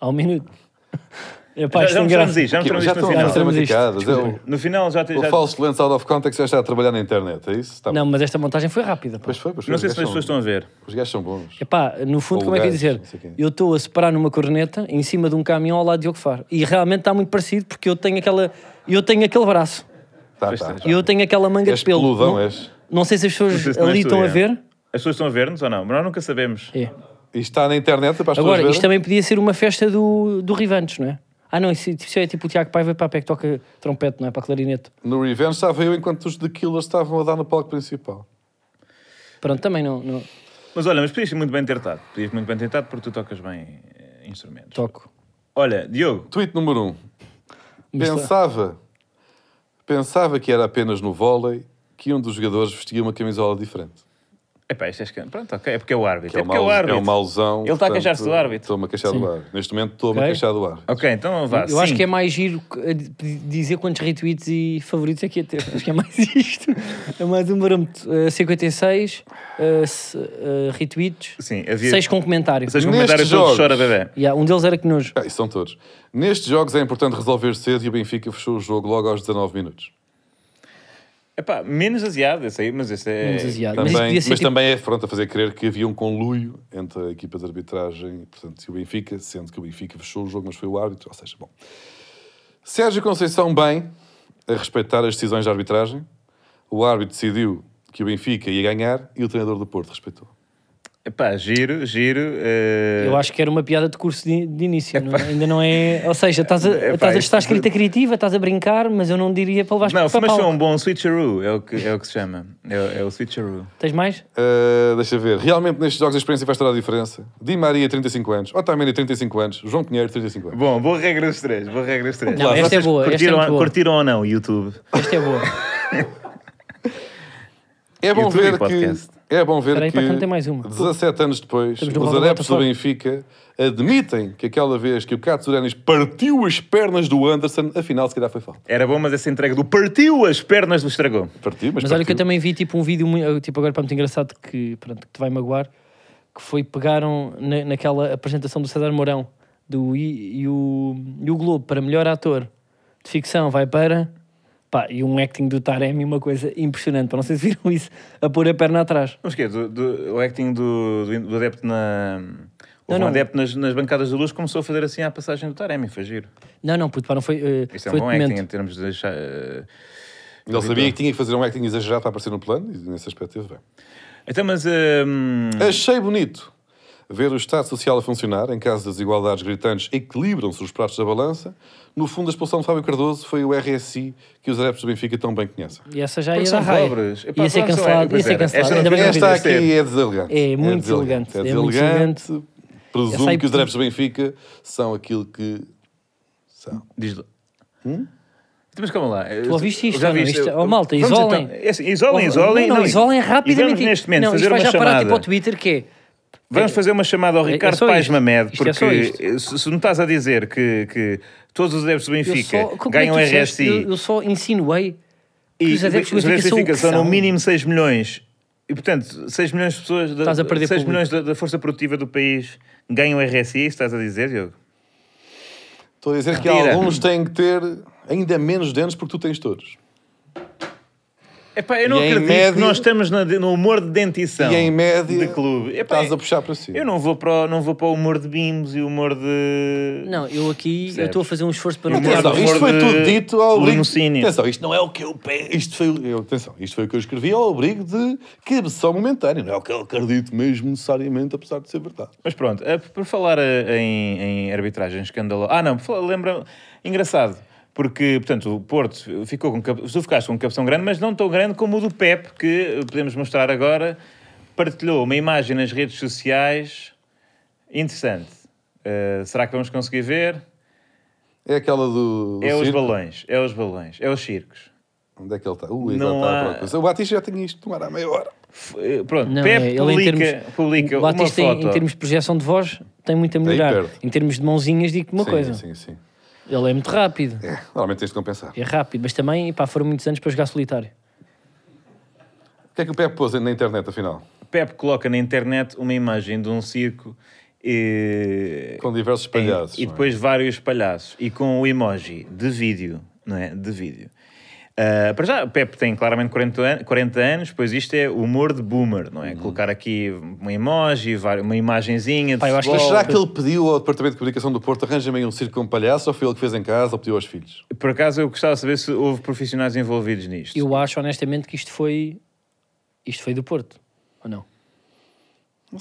Há um minuto. Já- Epá, isto já tem nos graça. vamos isto, já nos já vamos isto estão a no já final. ser estamos isto. macacadas. É o, No final já, te- o já falso lens out of context já está a trabalhar na internet, é isso? Está bom. Não, mas esta montagem foi rápida. Pá. Pois foi, pois foi. Não os sei se as gajos pessoas estão são- a ver. Os gajos são bons. Epá, no fundo, Ou como é que é gajos, dizer? não sei quem. Eu estou a separar numa corneta em cima de um caminhão ao lado de Diogo Faro. E realmente está muito parecido porque eu tenho aquela. Eu tenho aquele braço. Tá, Pois tá, tens. tá. E eu tenho aquela manga És de pelo. peludão, não, és. não sei se as Não sei pessoas se não és ali tu, estão a é. ver. As pessoas estão a ver-nos ou não? Mas nós nunca sabemos. É. E está na internet para as pessoas Agora, verem? isto também podia ser uma festa do, do Rivantes, não é? Ah, não, isso, isso é tipo o Tiago Paiva para a pé que toca trompete, não é? Para clarinete. No Revenge estava eu enquanto os The Killers estavam a dar no palco principal. Pronto, também não, não Mas olha, mas podias muito bem ter estado. Podias muito bem ter estado porque tu tocas bem eh, instrumentos. toco. Olha, Diogo, Tweet número 1. Um. Mas tá- Pensava, pensava que era apenas no vôlei que um dos jogadores vestia uma camisola diferente. epá, isto é escândalo. Pronto, ok, é porque é o árbitro. Que é, é uma, porque é o alus- árbitro. é uma alusão. Ele está a portanto, queixar-se do árbitro. Estou-me a queixar do árbitro. Neste momento estou-me a Ok. queixar do árbitro. Ok, então vá. Eu acho sim. que é mais giro que- a di- p- dizer quantos retweets e favoritos é que ia ter. Acho que é mais isto. É mais um barômetro. Eh, 56 eh, se- eh, retweets, Sim, havia 6 com comentário. seis Nestes comentários jogos. todos chora, bebê. Yeah, um deles era que nojo. Ah, isso são todos. Nestes jogos é importante resolver cedo e o Benfica fechou o jogo logo aos 19 minutos. Epá, menos aziado, esse aí, mas esse é. Menos aziado. Também, mas isso mas podia ser tipo, também é pronto a fazer crer que havia um conluio entre a equipa de arbitragem portanto, e o Benfica, sendo que o Benfica fechou o jogo, mas foi o árbitro, ou seja, bom. Sérgio Conceição bem a respeitar as decisões de arbitragem. O árbitro decidiu que o Benfica ia ganhar e o treinador do Porto respeitou. Epá, giro, giro. eh, eu acho que era uma piada de curso de, de início. não é? ainda não é. Ou seja, estás a, Epá, estás a, isto- está escrita criativa, estás a brincar, mas eu não diria para levar Não, para mas foi palco. um bom switcheroo, é o que, é o que se chama. É, o- é o switcheroo. Tens mais? Uh, deixa ver. Realmente nestes jogos a experiência faz toda a diferença. Di Maria, 35 anos. Otamendi, 35 anos. João Pinheiro, 35 anos. Bom, boa regra dos três, boa regra dos três. Não, esta é Vocês boa, esta é Curtiram, muito boa. curtiram ou não, YouTube? Esta é boa. É bom YouTube e ver podcast. que, é bom ver Espera aí, pá, que não que tem mais uma. 17 anos depois, Estamos no os Roda adeptos do Botafogo. Benfica admitem que aquela vez que o Cato Uranis partiu as pernas do Anderson, afinal, se calhar foi falta. Era bom, mas essa entrega do partiu as pernas do estragou. Partiu, mas, Mas olha que eu partiu. também vi tipo um vídeo mui- tipo agora para muito engraçado que, pronto, que te vai magoar que foi pegaram na, naquela apresentação do César Mourão do, I- e, o, e o Globo para melhor ator de ficção vai para. Pá, e um acting do Taremi, uma coisa impressionante. Para não sei se viram isso, a pôr a perna atrás. Mas o quê? Do, do- o acting do, do, do adepto na. Houve não. um adepto nas, nas bancadas da luz que começou a fazer assim à passagem do Taremi, foi giro. Não, não, puto, pá, não foi. eh, Isso é um foi bom deprimente. acting em termos de deixar. eh, Ele sabia que tinha que fazer um acting exagerado para aparecer no plano e nesse aspecto teve bem. Então, mas. hum, Achei bonito ver o Estado Social a funcionar. Em caso de desigualdades gritantes, equilibram-se os pratos da balança. No fundo, a expulsão de Fábio Cardoso foi o RSI que os adeptos do Benfica tão bem conhecem. E essa já Porque ia são dar raia. pobres. Epá, Ia ser claro, são- cancelado. Ia pois ser era. cancelado. Esta Ainda bem que não vi. Esta vi aqui é deselegante. É muito deselegante, É é muito deselegante. Eu Presumo sei que os que- adeptos do Benfica são aquilo que são. Diz lá. Então, Mas calma lá. Tu ouviste isto Já ou não? viste? Isto- oh, malta, Vamos isolem. então- é assim, isolem, Oh, isolem. Não, não, isolem e rapidamente. Vamos neste momento não, fazer isto vai uma já parar tipo ao chamada. Twitter que é. Vamos fazer uma chamada ao é Ricardo só Paes isto. Mamed, Isto é porque eh, só isto. se, se me estás a dizer que, que todos os adeptos do Eu Benfica um só, como ganham é que tu disseste? RSI Eu, eu só insinuei que e os adeptos do os Benfica são o que Benfica são são. no mínimo 6 milhões e, portanto, 6 milhões de pessoas da, Estás a perder 6 público. milhões da, da força produtiva do país ganham RSI, isso estás a dizer, Diogo? Estou a dizer que Retira. alguns têm que ter ainda menos dentes porque tu tens todos. Epá, eu não E em acredito que média- nós estamos na- no humor de dentição. E em média, de clube. Epá, estás a puxar para cima. Eu não vou para o, não vou para o humor de bimos e o humor de. Não, eu aqui eu Percebes? estou a fazer um esforço para não Humor tirar. de- Atenção, isto foi de- tudo dito ao abrigo. Lenocínio. Atenção, isto não é o que eu pe- isto foi, o- eu, atenção, isto foi o que eu escrevi ao abrigo de cabeção momentânea. Não é o que eu acredito mesmo necessariamente, apesar de ser verdade. Mas pronto, eh, por falar eh, em, em arbitragem escandalosa. Ah, não, por falar- lembra. Engraçado, porque, portanto, o Porto ficou com. cap- Tu ficaste com um cabeção grande, mas não tão grande como o do Pep, que eh, podemos mostrar agora. Partilhou uma imagem nas redes sociais interessante. Eh, será que vamos conseguir ver? É aquela do. do é os circo. balões, é os balões, é os circos. Onde é que ele está? Uh, Não não está há- a procura. O Batista já tinha isto de tomar à meia hora. F- eh, Pronto, Não, é, Pep ele em publica, termos, publica o Batista, uma em- foto. em termos de projeção de voz, tem muito a melhorar. perde. Em termos de mãozinhas, digo-te uma sim, coisa. Sim, sim. Ele é muito rápido. É, normalmente tens de compensar. É rápido, mas também, pá, foram muitos anos para jogar solitário. O que é que o Pepe pôs na internet, afinal? Pep coloca na internet uma imagem de um circo eh, Com diversos palhaços. e não é? depois vários palhaços e com o emoji de vídeo, não é? De vídeo. Ah, para já, o Pepe tem claramente 40, an- 40 anos, pois isto é humor de boomer, não é? Uhum. Colocar aqui um emoji, vari- uma imagenzinha de Pá, eu acho que Mas futebol. será que ele pediu ao Departamento de Comunicação do Porto arranja-me aí um circo com palhaço ou foi ele que fez em casa ou pediu aos filhos? Por acaso, eu gostava de saber se houve profissionais envolvidos nisto. Eu acho, honestamente, que isto foi... Isto foi do Porto, ou não?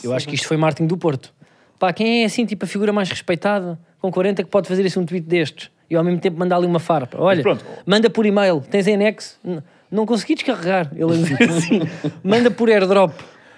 Eu acho que isto foi Martin do Porto. Pá, quem é assim, tipo, a figura mais respeitada, com 40, que pode fazer assim um tweet destes e ao mesmo tempo mandar ali uma farpa? Olha, Pronto. manda por e-mail, tens em anexo, N- não consegui descarregar. Ele a dizer assim, manda por airdrop.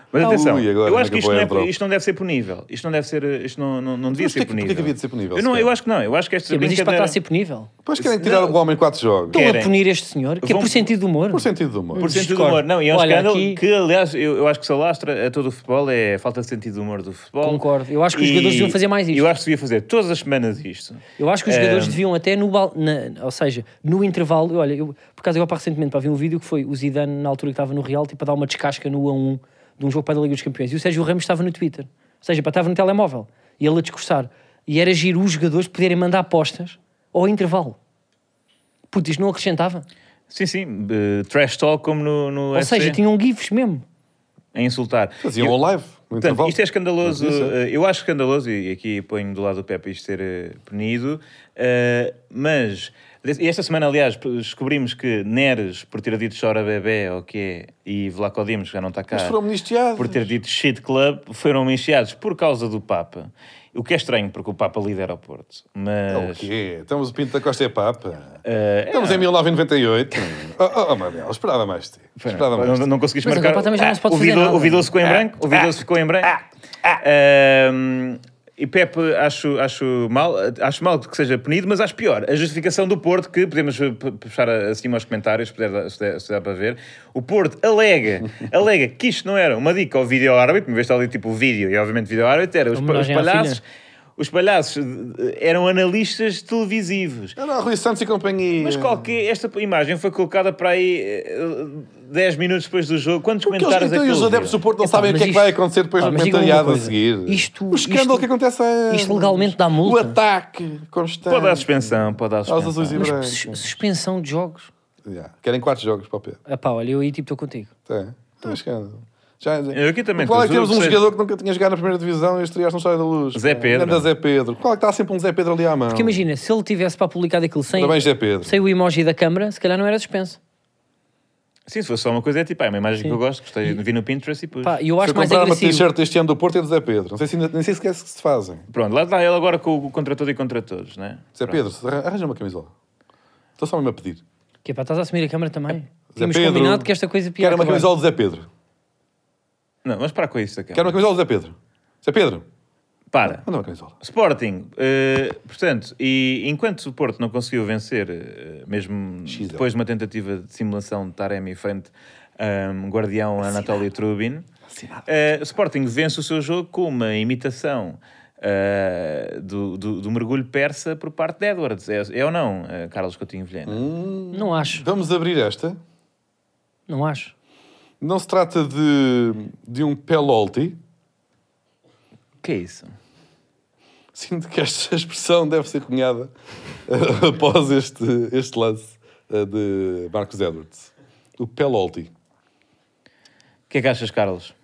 Mas Ah, atenção, ui, agora eu como é acho que que isto eu não, vou é, entrar? isto não deve ser punível. Isto não deve ser. Isto não, não, não devia mas ser porquê que- porquê que punível. havia de ser punível, Eu, não, sequer? eu acho que não. Eu acho que estas Sim, mas isto para estar a brincadeiras. ser punível. Depois querem tirar Não. o homem em quatro jogos. Estão Querem. a punir este senhor, que é Vão- por sentido de humor. Por sentido do humor. Por sentido de Discordo. humor, não, e é um Olha, escândalo aqui- que, aliás, eu, eu acho que se alastra a todo o futebol, é a falta de sentido de humor do futebol. Concordo. Eu acho que os jogadores deviam fazer mais isto. Eu acho que devia fazer todas as semanas isto. Eu acho que os jogadores Ahm. deviam até no bal- na- ou seja, no intervalo, eu- olha, eu por acaso agora para recentemente para vi um vídeo que foi o Zidane na altura que estava no Real, tipo a dar uma descasca no 1 a 1 de um jogo para a Liga dos Campeões. E o Sérgio Ramos estava no Twitter. Ou seja, pá, estava no telemóvel e ele a discursar. E era giro os jogadores poderem mandar apostas ao intervalo. Putz, isto não acrescentava. Sim, sim, eh, trash talk como no, no Ou UFC, seja, tinham gifs mesmo. a insultar. Faziam Eu- ao live, no Portanto, intervalo. isto é escandaloso, Mas isso é- eh, eu acho escandaloso, e aqui ponho do lado do Pepe isto ser eh, punido, eh, mas e esta semana, aliás, p- descobrimos que Neres, por ter dito chora bebê, ou quê, e Vlaco Dimos, que já não está cá, Mas foram ministeados. por ter dito shit club, foram mencheados por causa do Papa. O que é estranho, porque o Papa lidera o Porto. É O Mas. quê? Estamos o Pinto da Costa é Papa. eh, Estamos em 1998. oh, oh, oh, Manel, esperava mais de ti. Foi, não, Esperava mais de não, ti. não conseguiste Mas marcar. agora também já não se pode o fazer Vidal- nada. O Vidal ficou em branco. O Vidal ficou em branco. Ahm, e Pepe, acho, acho mal, acho mal que seja punido, mas acho pior. A justificação do Porto, que podemos eh, pu- puxar acima aos comentários, se, puder, dar- se, der- se dá para ver. O Porto alega, alega que isto não era uma dica ao vídeo árbitro, em vez de estar ali tipo o vídeo, e obviamente vídeo árbitro, era os, pa- os É Homenagem à palhaços. Os palhaços eh, eram analistas televisivos. Era Rui Santos e companhia. Mas qualquer. Esta imagem foi colocada para aí eh, 10 minutos depois do jogo. Quantos Porque eles, comentários é então, que e os eles adeptos do viram? Porto não Epá, sabem o que mas é que vai isto- acontecer depois Pá, do mas digam-me comentariado uma a coisa. seguir. Isto- o escândalo isto- que acontece é... isto legalmente dá O multa. ataque constante. Pode dar suspensão, pode dar Aos azuis e suspensão. Mas sus- brancos. suspensão de jogos. Yeah. Querem quatro jogos para o Pedro. Ah pá, olha, eu aí tipo estou contigo. Tem. É um escândalo. Já, Ah. Eu aqui também Qual é tô que temos um azul, que jogador que nunca tinha jogado na primeira divisão e estreaste no Estádio da Luz? Zé Pedro. Anda Zé Pedro. Qual é que está sempre um Zé Pedro ali à mão? Porque imagina, se ele tivesse para publicar aquilo sem, Parabéns, Zé Pedro. sem o emoji da câmara, se calhar não era suspenso. Sim, se fosse só uma coisa, é tipo, é uma imagem que eu gosto, gostei, vi no Pinterest e pus. Pá, e eu Se acho eu mais comprar uma agressivo. t-shirt este ano do Porto é do Zé Pedro. Não sei, se, ainda- nem sei sequer se se fazem. Pronto, lá está ele agora com o contra todo e contra todos, né? Zé Pedro, se arran- arranja uma camisola. Estou só mesmo a pedir. Que é pá, estás a assumir a câmara também? É. Zé Tínhamos Pedro, combinado que esta coisa Quero pior. uma camisola do Zé Pedro. Não, vamos parar com isso aqui. Quero uma camisola do Zé Pedro. Zé Pedro, Para. manda uma camisola. Sporting, eh, portanto, e enquanto o Porto não conseguiu vencer, eh, mesmo Xisa. depois de uma tentativa de simulação de Taremi frente a um guardião Anatoly Trubin, eh, o Sporting vence o seu jogo com uma imitação eh, do, do- do mergulho persa por parte de Edwards. É, é ou não, eh, Carlos Coutinho Vilhena? Não acho, Vamos abrir esta. não acho. Não se trata de, de um pelolti. O que é isso? Sinto que esta expressão deve ser cunhada eh, após este, este lance eh, de Marcos Edwards. O pelolti. O que é que achas, Carlos?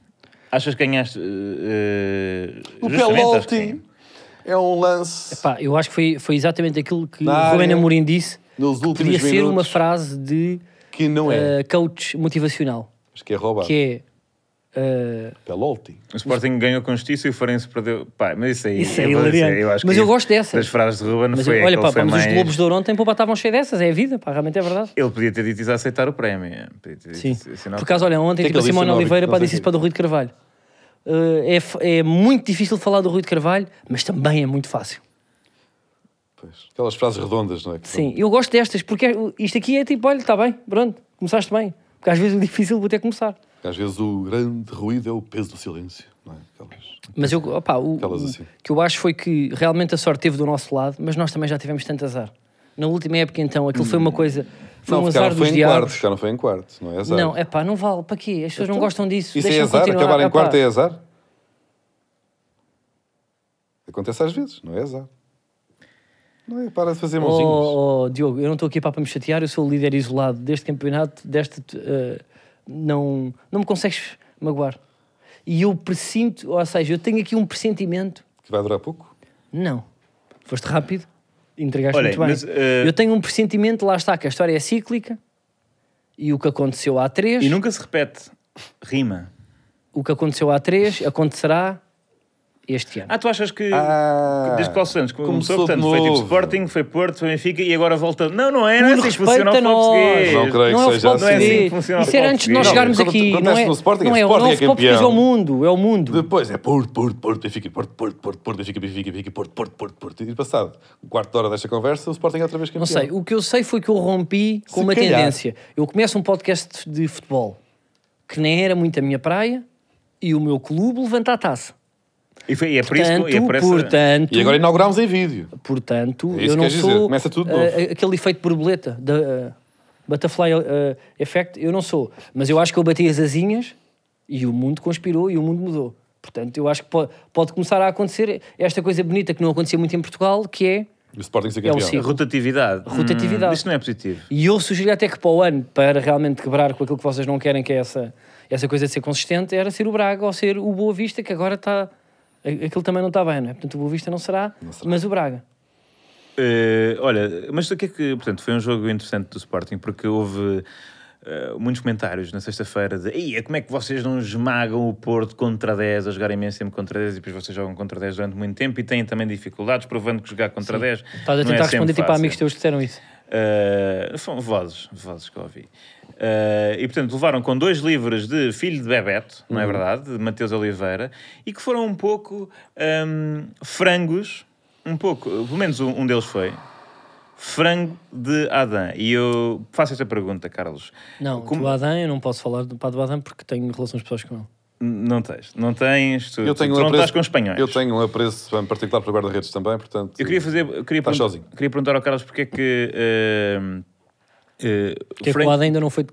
Achas que ganhaste... eh, O justamente, acho que sim. pelolti é um lance Pá, eu acho que foi, foi exatamente aquilo que Na o Rubén área, Amorim disse. nos Podia últimos ser minutos uma frase de que não é, eh, coach motivacional, mas que é roubado. que é eh, Pelolti. O Sporting ganhou com justiça e o Farense perdeu. Pá, mas isso aí. Isso é eu vou hilariante. dizer, acho Mas que eu gosto dessa. Das frases de Ruben mas foi. olha, aquele pá, foi pá, mas os mais- Globos de Ouro ontem pá, estavam cheios dessas, é a vida, pá, realmente é verdade. Ele podia ter dito isso a aceitar o prémio. Podia ter dito Sim. isso, isso não- Por acaso, olha, ontem que é que tipo, ele a disse Simone no Oliveira árbitro? pá, Não disse sei isso para do Rui de Carvalho. Eh, é, f- é muito difícil falar do Rui de Carvalho, mas também é muito fácil. Pois. Aquelas frases redondas, não é? Que são- Sim, eu gosto destas, porque é- isto aqui é tipo, olha, está bem, pronto, começaste bem. Porque às vezes o difícil vou ter que começar. Às vezes o grande ruído é o peso do silêncio. Não é? Aquelas- Mas eu, opá, o, Aquelas o assim. que eu acho foi que realmente a sorte teve do nosso lado, mas nós também já tivemos tanto azar. Na última época, então, aquilo foi uma coisa. Foi Hum. não, um ficaram azar foi dos em quarto, diabos. ficaram foi em quarto, não é azar. Não, é pá, não vale, para quê? As pessoas não gostam disso. Isso é Deixa-me azar, continuar. acabar em Epá, quarto é azar? Acontece às vezes, não é azar. Não é? Para de fazer mãozinhas. Oh, oh, Diogo, eu não estou aqui pá, para me chatear, eu sou o líder isolado deste campeonato, deste. eh, não, não me consegues magoar. E eu presinto, ou seja, eu tenho aqui um pressentimento. Que vai durar pouco. Não. Foste rápido, entregaste Olha, muito bem. mas, eh, Eu tenho um pressentimento, lá está, que a história é cíclica e o que aconteceu há três, E nunca se repete. Rima. o que aconteceu há três acontecerá este ano. Ah, tu achas que. Ah, Desde Paulo Santos começou, começou de portanto, foi tipo novo. Sporting, foi Porto, foi Benfica e agora volta. Não, não é, não é Por assim que respeito funciona o futebol a nós. português. Não creio. Não é que o seja futebol assim. Não é assim português. que funciona o Isso era futebol antes de português. nós chegarmos Não, quando aqui. Não acontece é, no Sporting, não é, é o Sporting novo é futebol português é o campeão. mundo. É o mundo. Depois é Porto, Porto, Porto, Benfica, Porto, Porto, Porto, Porto, Benfica, Benfica, Benfica, Porto, Porto, Porto, Porto. E passado um quarto de hora desta conversa, o Sporting é outra vez campeão. Não sei, o que eu sei foi que eu rompi com Se uma calhar. tendência. Eu começo um podcast de futebol que nem era muito a minha praia e o meu clube levanta a taça. E, foi, e é por isso Portanto, que. E é por essa- portanto, E agora inauguramos em vídeo. portanto É isso eu que não queres dizer, sou começa tudo de ah, novo. aquele efeito borboleta da ah, butterfly ah, effect, eu não sou, mas eu acho que eu bati as asinhas e o mundo conspirou e o mundo mudou. Portanto, eu acho que po- pode, começar a acontecer esta coisa bonita que não acontecia muito em Portugal, que é E o Sporting ser É o campeão. A ciclo. Rotatividade. Rotatividade. Hum, isto não é positivo. E eu sugeri até que para o ano, para realmente quebrar com aquilo que vocês não querem, que é essa, essa coisa de ser consistente, era ser o Braga ou ser o Boa Vista, que agora está. a- Aquilo também não está bem, não é? Portanto, o Boa Vista não será, mas o Braga. Eh, olha, mas o que é que. Portanto, foi um jogo interessante do Sporting, porque houve. eh, muitos comentários na sexta-feira de Ia, como é que vocês não esmagam o Porto contra 10, a jogarem mesmo sempre contra 10 e depois vocês jogam contra 10 durante muito tempo e têm também dificuldades, provando que jogar contra 10 Estás a não é tentar responder sempre tipo a fácil. amigos teus que disseram isso. Eh, são vozes, vozes que eu ouvi. Eh, e portanto levaram com dois livros de Filho de Bebeto, Uhum. não é verdade? De Mateus Oliveira, e que foram um pouco hum, frangos, um pouco, pelo menos um, um deles foi. Frango de Adão. E eu faço esta pergunta, Carlos. Não, Como- do Adam, eu não posso falar do- para do Adam porque tenho relações pessoais com ele. N- Não tens. Não tens. Tu, Eu tenho tu um não apreço, estás com os espanhóis. Eu tenho um apreço em particular para guarda-redes também, portanto. Eu queria fazer. Eu queria, perguntar- Estás sozinho. queria perguntar ao Carlos porque é que. ehm, eh, é Que a Frank- colada ainda não foi.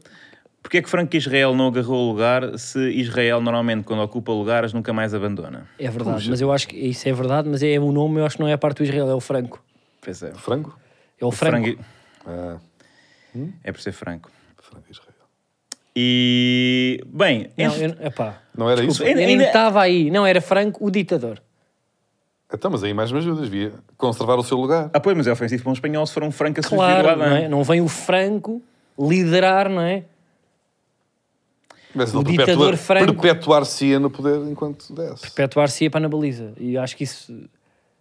Porquê é que Franco Israel não agarrou o lugar se Israel normalmente quando ocupa lugares nunca mais abandona? É verdade, mas eu acho que isso é verdade, mas é, o nome, eu acho que não é a parte do Israel, é o Franco. Pois é. Frango? É o Franco. Hum? Franco- Ah, É por ser franco. frango de Israel. E. Bem, Não, entre- eu, epá, Não era Desculpa, isso? Ainda- eu nem ainda- estava aí. Não, era Franco o ditador. Então, mas aí mais me ajudas, via. Conservar o seu lugar. Ah, pois, mas é ofensivo para um espanhol se for um franco a surgir do Claro, Adão. não, é? não vem o Franco liderar, não é? Mas o ele ditador perpetua- Franco- Perpetuar-se-ia no poder enquanto desce. perpetuar-se para na baliza. E acho que isso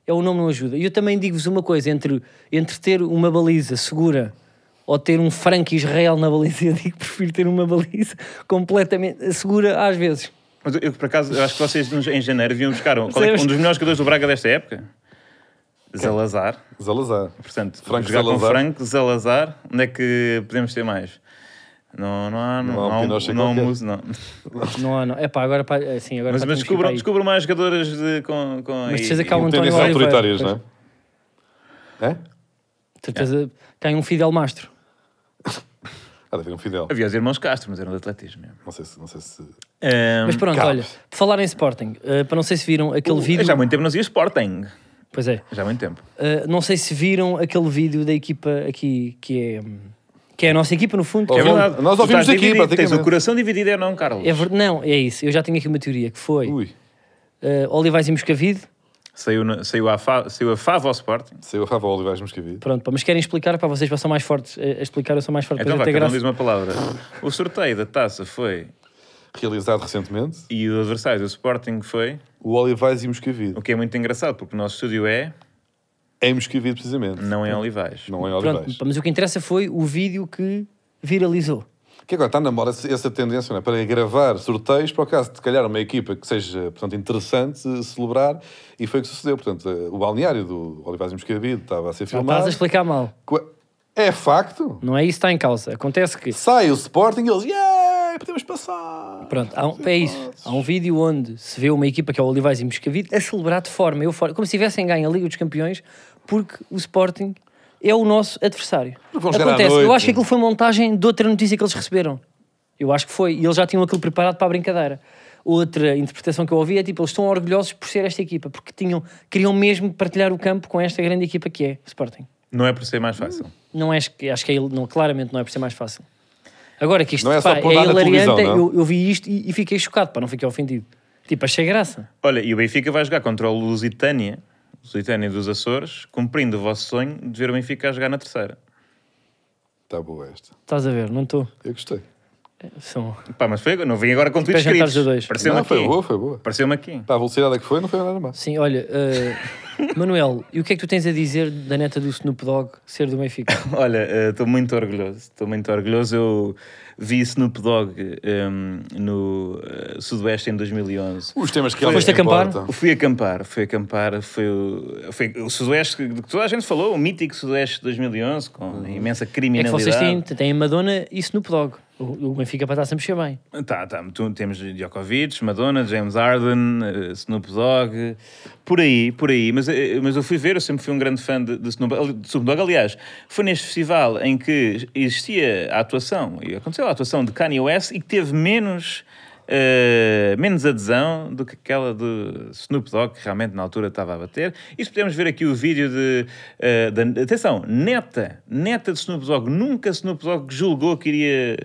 é o nome não ajuda. E eu também digo-vos uma coisa: entre, entre ter uma baliza segura ou ter um franco Israel na baliza, eu digo que prefiro ter uma baliza completamente segura às vezes. Mas eu, eu, por acaso, eu acho que vocês nos- em janeiro deviam buscar um, qual é que- Percebes? um dos melhores jogadores do Braga desta época. Zalazar. Zalazar. Portanto, Franco jogar com Zalazar. Franco, Zalazar, onde é que podemos ter mais? Não, não há... Não, Não há um não, Pinochet não, há um qualquer. Muso, não. Não há, não. É pá, agora pá, assim, agora Mas, pá, mas temos que ir descubram, para aí. descubram mais jogadores de, com... com Mas e- vocês e- acabam- Com António tendências Oliveira, autoritárias, não pois. é? É? Certeza que há um Fidel Mastro. Há de haver um Fidel. Havia os irmãos Castro, mas eram de atletismo. mesmo. Não sei se. Não sei se... Ahm, Mas pronto, Cabos. olha, por falar em Sporting, eh, para não sei se viram aquele o- vídeo. Uh, Já há muito tempo não se ia Sporting. Pois é. Já há muito tempo. Uh, não sei se viram aquele vídeo da equipa aqui que é, hum, que é a nossa equipa, no fundo. É que é- verdade. nós Tu ouvimos estás daqui, dividido, Tens praticamente. o coração dividido, é não, Carlos? é ver- não, é isso. Eu já tinha aqui uma teoria que foi uh, Ui, Olivais e Moscavide. Saiu, na- saiu, a fa, saiu a Fava ao Sporting. saiu a favor ao Olivais Moscavide. Pronto, pá, mas querem explicar para vocês, vocês são mais fortes eh, a a explicar, eu sou mais forte Então para vá, ter cada um diz graça. uma palavra. O sorteio da taça foi... Realizado recentemente, E o adversário do Sporting foi... o Olivais e Moscavide. O que é muito engraçado, porque o nosso estúdio é... Em Moscavide, precisamente. Não é Olivais. Não é Pronto, Olivais. pá, mas o que interessa foi o vídeo que viralizou. Que agora está na moda essa- essa tendência não é? para gravar sorteios, para o caso de calhar uma equipa que seja portanto, interessante eh, celebrar, e foi o que sucedeu. Portanto, eh, o balneário do Olivais e Moscavide estava a ser Já estás filmado. a explicar mal. Co- É facto. Não é isso que está em causa. Acontece que Sai o Sporting e eles, yeah, podemos passar. Pronto, há um- é isso. Há um vídeo onde se vê uma equipa que é o Olivais e Moscavide a celebrar de forma eufórica, como se tivessem ganho a Liga dos Campeões, porque o Sporting é o nosso adversário. vão jogar à Acontece, noite. eu acho que aquilo foi montagem de outra notícia que eles receberam. Eu acho que foi, e eles já tinham aquilo preparado para a brincadeira. Outra interpretação que eu ouvi é tipo, eles estão orgulhosos por ser esta equipa, porque tinham, queriam mesmo partilhar o campo com esta grande equipa que é o Sporting. Não é por ser mais fácil. Não é, acho que é, il- não, claramente não é por ser mais fácil. Agora que isto Não é só pá, por dar na hilariante, televisão, não? eu, eu vi isto e, e fiquei chocado, para não fiquei ofendido. Tipo, achei graça. Olha, e o Benfica vai jogar contra o Lusitânia, Lusitânia dos Açores, cumprindo o vosso sonho de ver o Benfica a jogar na terceira. Está Tá boa esta. Estás a ver, não estou. Eu gostei. São... Pá, mas foi, não vim agora com tudo Para jantares escrito. Tipo, a dois. Pareceu-me Não, foi aqui. boa, foi boa. Pareceu-me aqui. Para a velocidade é que foi, não foi nada mais. Sim, olha, eh, Manuel, e o que é que tu tens a dizer da neta do Snoop Dogg ser do Benfica? Olha, eh, estou muito orgulhoso. Estou muito orgulhoso. Eu vi Snoop Dogg hum, no eh, Sudoeste em 2011. Os temas que Foste realmente acampar? importam. Fui acampar, fui acampar, foi o, foi o Sudoeste que- de que toda a gente falou, o mítico Sudoeste de 2011, Uhum. com a imensa É que criminalidade. vocês têm, têm Madonna e Snoop Dogg. O, o Benfica para estar sempre cheio bem. Tá, tá. Tu- Temos Djokovic, Madonna, James Arden, eh, Snoop Dogg, por aí, por aí. Mas, eh, mas eu fui ver, eu sempre fui um grande fã de, de Snoop, ali- de Snoop Dogg. Aliás, foi neste festival em que existia a atuação, e aconteceu a atuação de Kanye West e que teve menos, eh, menos adesão do que aquela de Snoop Dogg, que realmente na altura estava a bater. Isso podemos ver aqui o vídeo de, eh, da- Atenção, neta, neta de Snoop Dogg. Nunca Snoop Dogg julgou que iria.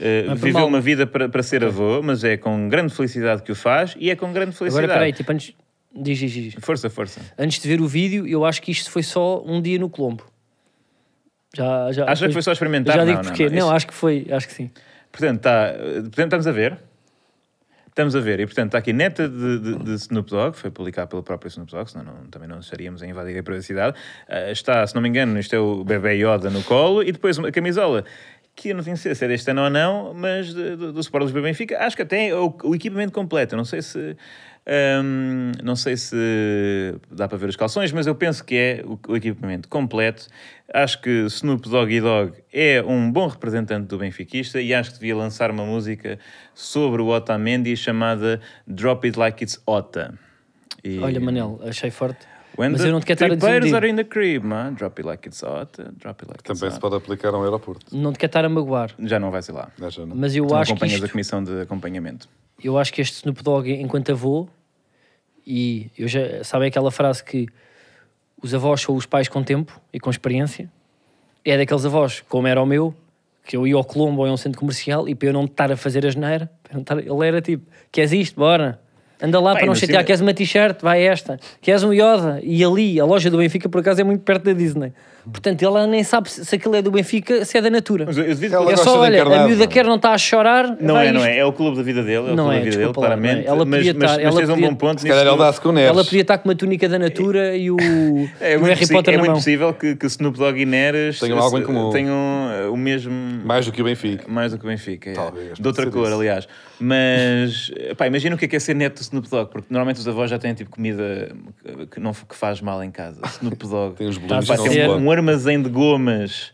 eh, Não é por viveu mal. uma vida para, para ser avô, mas é com grande felicidade que o faz e é com grande Agora, felicidade. peraí, tipo, antes... Diz, diz, diz. Força, força. Antes de ver o vídeo, eu acho que isto foi só um dia no Colombo. Já, já, Acha que foi só experimentar? Ah, Já Não, digo não, porquê. não, é isso- não, acho que foi, acho que sim. Portanto, tá, eh, portanto, estamos a ver. Estamos a ver. E, portanto, está aqui neta de, de, de Snoop Dogg, foi publicado pelo próprio Snoop Dogg, senão não- também não estaríamos a invadir a privacidade. Ah, está, se não me engano, isto é o bebê Yoda no colo e depois uma camisola, que eu não tenho certeza se é deste ano ou não, mas de- do, do Sport Lisboa e Benfica. Acho que até é o, o equipamento completo. Eu não sei se... ah, Hum, não sei se dá para ver os calções, mas eu penso que é o, o equipamento completo. Acho que Snoop Doggy Dogg é um bom representante do benfiquista e acho que devia lançar uma música sobre o Otamendi chamada Drop It Like It's Ota. E- Olha, Manel, achei forte. When mas the eu não te quero estar a um trippeiros desiludir. are in the crib, man. Drop it like it's hot, drop it like Também it's se hot. pode aplicar a um aeroporto. Não te quero estar a magoar. Já não vai ser lá. Não, é, já não. Mas eu Tu não acho que acompanhas isto a comissão de acompanhamento. eu acho que este Snoop Dogg, enquanto avô, e eu já sabem aquela frase que os avós são os pais com tempo e com experiência, é daqueles avós, como era o meu, que eu ia ao Colombo ou a um centro comercial e para eu não estar a fazer a geneira, para eu não estar- ele era tipo: queres isto? Bora. Anda lá Bem, para não mas chatear, sim- queres uma t-shirt? Vai esta. Queres um Yoda? E ali, a loja do Benfica, por acaso, é muito perto da Disney. Portanto, ela nem sabe se se aquilo é do Benfica, se é da Natura. Mas eu, eu devido Ela que- é gosta só, de olha, a encarnar, miúda não é? quer não está a chorar. Não vai é, não isto. é. É o clube da vida dele, é o clube Não é, da vida dele, desculpa lá, não é. claramente. Ela mas, podia mas, mas estar- ela tens um podia- bom ponto Se calhar nisso ele tudo. dá-se com o Neres. Ela podia estar com uma túnica da Natura e o, É e o muito, Harry possi- Potter é na muito mão. possível que, que Snoop Dogg e Neres Tenham algo em comum. tenham, eh, o mesmo. Mais do que o Benfica. Mais do que o Benfica. é. Talvez, pode de outra ser cor, isso. aliás. Mas, pá, imagina o que é, que é ser neto do Snoop Dogg, porque normalmente os avós já têm tipo comida que, não, que faz mal em casa. Snoop Dogg. Tem uns Ah, bolinhos pá, que tem são um, um armazém de gomas.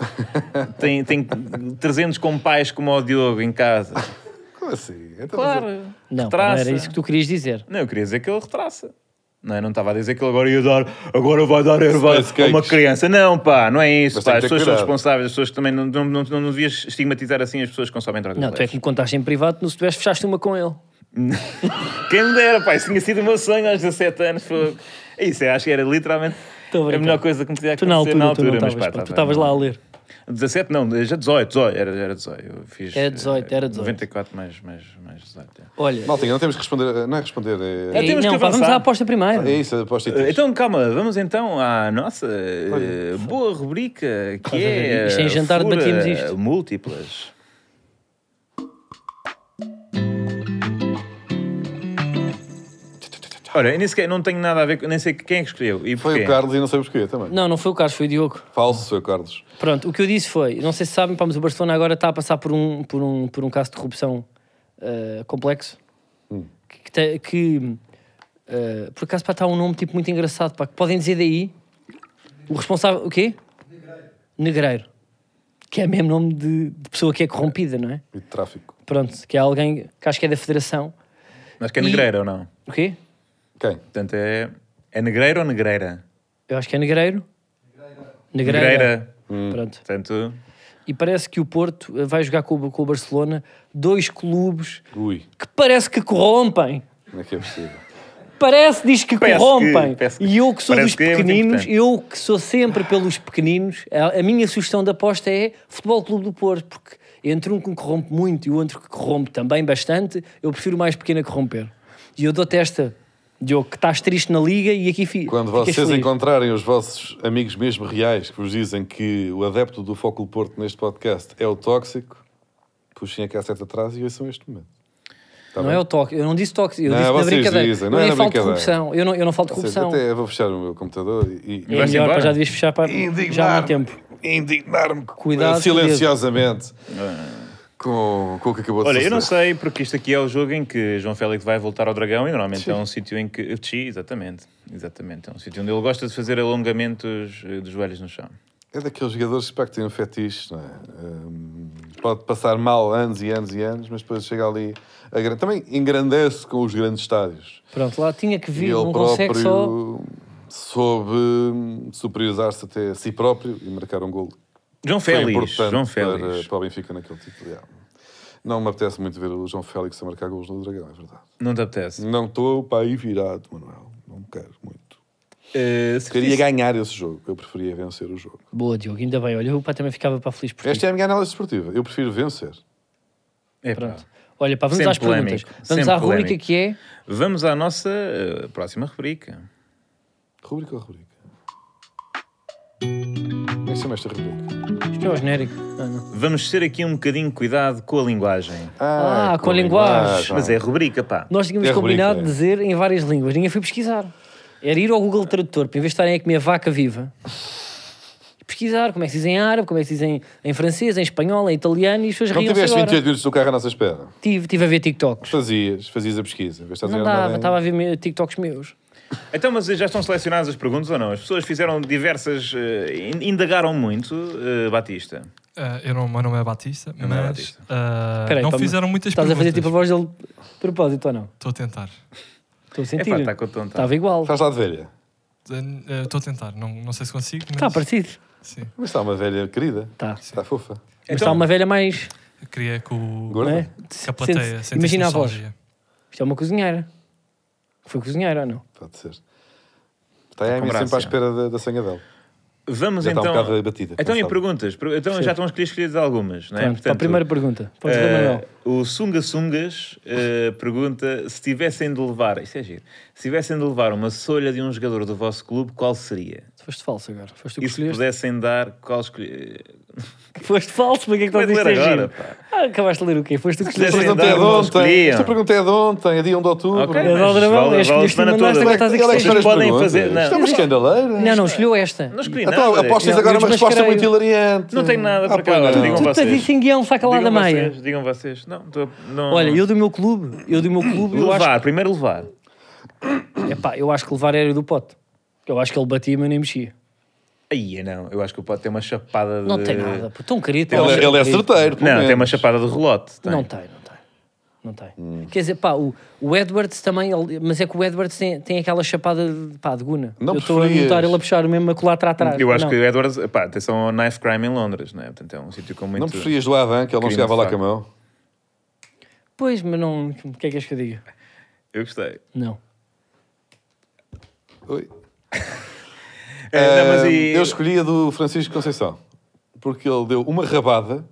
tem, tem 300 compais como o Diogo em casa. É. Como assim? Então, Claro. Não, não Retraça. era isso que tu querias dizer. Não, eu queria dizer que ele retraça. Não, eu não estava a dizer que ele agora ia dar, agora vai dar erva Spice a uma Cakes. criança. Não, pá, não é isso. Mas Pá. tem As que ter pessoas são cuidado. responsáveis, as pessoas também não, não, não, não devias estigmatizar assim as pessoas que consomem drogas. Não, tu é leves. que me contaste em privado, não se tivesse fechaste uma com ele. Quem me dera, pá, isso tinha sido o meu sonho aos 17 anos. Foi... Isso, eu acho que era literalmente Tô a a brincar. melhor coisa que me podia Tu acontecer na altura, tu não mas, estavas, pá, tá pá, tu tava- estavas lá a ler. 17, não, já 18, 18, era, era 18. Eu fiz, Era 18, É era eh, 18. 94 mais, mais, mais 18. é. Olha, Maltinha, não temos que responder. Não é responder. é- É, temos que não, pá, vamos avançar. à aposta primeiro. é isso, aposta Eh, e Então, calma, vamos então à nossa eh, boa rubrica que é. Isto em jantar fura debatíamos isto. Múltiplas. Ora, eu nem sequer não tenho nada a ver com. Nem sei quem é que escolheu. E Foi porquê. o Carlos e não sei porquê também. Não, não foi o Carlos, foi o Diogo. Falso, seu Carlos. Pronto, o que eu disse foi, não sei se sabem, pá, mas o Barcelona agora está a passar por um, por um, por um caso de corrupção ah, complexo. Que, que te- que, ah, por acaso pá, está um nome tipo muito engraçado, pá, que podem dizer daí. O responsável, o quê? Negreiro. Que é mesmo nome de, de pessoa que é corrompida, não é? E de tráfico. Pronto, que é alguém que acho que é da Federação. Mas que é E- negreira ou não? O quê? Quem? Portanto, é. É negreira ou negreira? Eu acho que é Negreiro. Negreira. Negreira. Pronto. Portanto, E parece que o Porto eh, vai jogar com o, com o Barcelona dois clubes Ui, que parece que corrompem. como é que é possível? Parece, diz que Parece corrompem. que- parece que- e eu que sou parece dos que é muito pequeninos, importante. eu que sou sempre pelos pequeninos, a, a minha sugestão de aposta é Futebol Clube do Porto, porque entre um que me corrompe muito e o outro que corrompe também bastante, eu prefiro o mais pequeno a corromper. E eu dou-te esta, Diogo, que estás triste na liga e aqui fi, Quando ficas vocês feliz. encontrarem os vossos amigos mesmo reais que vos dizem que o adepto do Foco do Porto neste podcast é o tóxico, puxem a cassete atrás e ouçam este momento. Tá Não bem? é o toque, eu não disse toque, eu Não, disse na vocês brincadeira. dizem, não eu é nem na falo de brincadeira. corrupção, eu não, eu não falo de Ou seja, corrupção. Até vou fechar o meu computador e... e- É Vais melhor, embora? pá, já devias fechar para já há muito tempo. Indignar-me Cuidado, silenciosamente com, com o que acabou de Olha, eu não suceder. sei, porque isto aqui é o jogo em que João Félix vai voltar ao Dragão e normalmente é um sítio em que. Sim, exatamente. Exatamente. É um sítio onde ele gosta de fazer alongamentos eh, dos joelhos no chão. É daqueles jogadores que pá, que têm um fetiche, não é? Hum, pode passar mal anos e anos e anos, mas depois chega ali. A gran- Também engrandece com os grandes estádios. Pronto, lá tinha que E vir, ele não consegue só. próprio soube hum, superiorizar-se até a si próprio e marcar um gol. João Foi Félix. importante João Para, Félix. para o Benfica naquele título. yeah. Não me apetece muito ver o João Félix a marcar gols no Dragão, é verdade. Não te apetece. Não estou para aí virado, Manuel. Não me quero muito. Eh, se Queria quisesse- ganhar esse jogo. Eu preferia vencer o jogo. Boa, Diogo, ainda bem. Olha, o pá também ficava para feliz por ti. Esta é a minha análise esportiva. Eu prefiro vencer. É, pá. Pronto. Olha, pá, vamos Sempre às perguntas. polémico, Vamos sempre à rubrica polémico. que é. Vamos à nossa eh, próxima rubrica. Rubrica ou rubrica? Como é que chama esta rubrica? Isto é o genérico. Ah, não. Vamos ter aqui um bocadinho cuidado com a linguagem. Ah, com a Tá linguagem. Mas é rubrica, pá. Nós tínhamos É a rubrica, combinado é. de dizer em várias línguas, ninguém foi pesquisar. Era ir ao Google Tradutor para em vez de estarem a comer vaca viva. pesquisar como é que se diz em árabe, como é que se diz em, em francês, em espanhol, em italiano e as pessoas Não riam-se tiveste agora. 28 minutos do carro à nossa espera. Tive, tive a ver TikToks. Fazias, fazias a pesquisa. em vez de estás a Não andar dava, em- estava a ver me- TikToks meus. Então, mas já estão selecionadas as perguntas ou não? As pessoas fizeram diversas. eh, in- indagaram muito, eh, Batista. Ah, eu não, o meu nome é Batista, mas nome é Batista. ah, Espera aí, não toma- fizeram muitas Estás a perguntas. fazer tipo a voz dele de propósito ou não? Estou a tentar. Estou Tá a É sentir. pá, tá está com tonto. Estava igual. Estás lá de velha. Ah, Estou a tentar, não, não sei se consigo, mas... Está Tá parecido. Sim, Mas está uma velha querida. Está. Está fofa. Tá. Mas está uma velha mais. eu queria que o... Gorda. Não é? Então- Que a plateia um Sente-se- sentisse Imagina a voz. nostalgia. Isto é uma cozinheira. Foi cozinheira É, ou não? Pode ser. Está aí a Tá com Amy sempre graça. à espera da, da senha dela. Vamos Já está então. um bocado abatida, então, e cansada. perguntas? Per- Então, já estão escolher escolhidas algumas, não é? Pronto, para a Portanto, primeira pergunta. Pode eh, ver, Manuel. o Sunga Sungas eh, pergunta se tivessem de levar, isto é giro, se tivessem de levar uma solha de um jogador do vosso clube, qual seria? Tu Foste falso agora. Foste tu que E se escolheste. pudessem dar, qual escolher? Foste falso, porque é que Acabei de estás a ler dizer agora, giro? Ah, acabaste de ler o quê? Foste tu que Se quiseres Esta Sem dar, pergunta é escolheste. de não ontem. escolhiam. Esta pergunta é de ontem, é dia 1 de outubro. Ok, É mas de Aldrabão, vale- escolheste vale e a semana mandaste, toda. Ela agora estás a é que dizer escolhe que as podem perguntas. fazer- não. Isto é uma escandaleira. Não, não, escolheu esta. Não escolhi Então, nada. apostas Não, agora eu uma resposta desmascarei. muito hilariante. Não tenho nada Ah, para cá, pois olha, não. digam Tu estás vocês. isso em guião, saca lá da Digam maia. vocês, digam vocês. Não, tô- não... Olha, eu do meu clube, eu do meu clube, eu acho, Levar, primeiro levar. epá, eu acho que levar era do pote. Eu acho que ele batia, mas nem mexia. Aí, não, eu acho que o pote tem uma chapada de... Não tem nada, pô, tão querido. Ele, é- ele é querido. certeiro. pelo Não, tem uma menos. chapada de relote. tem. Não tem, não tem. Não tem. Quer dizer, pá, o, o Edwards também, ele- mas é que o Edwards tem, tem aquela chapada de, pá, de guna. Não eu estou a preferias? notar ele a puxar mesmo a culatra atrás. Eu acho Não. que o Edwards, pá, atenção ao knife crime em Londres, né? Portanto, é um sítio com muito. Não preferias do Avan, que ele não Queria chegava muito lá com a fraco. mão. Pois, mas não. O que é que és que eu diga? Eu gostei. Não. Oi. Eh, É, não, mas e- Eu escolhi a do Francisco Conceição, porque ele deu uma rabada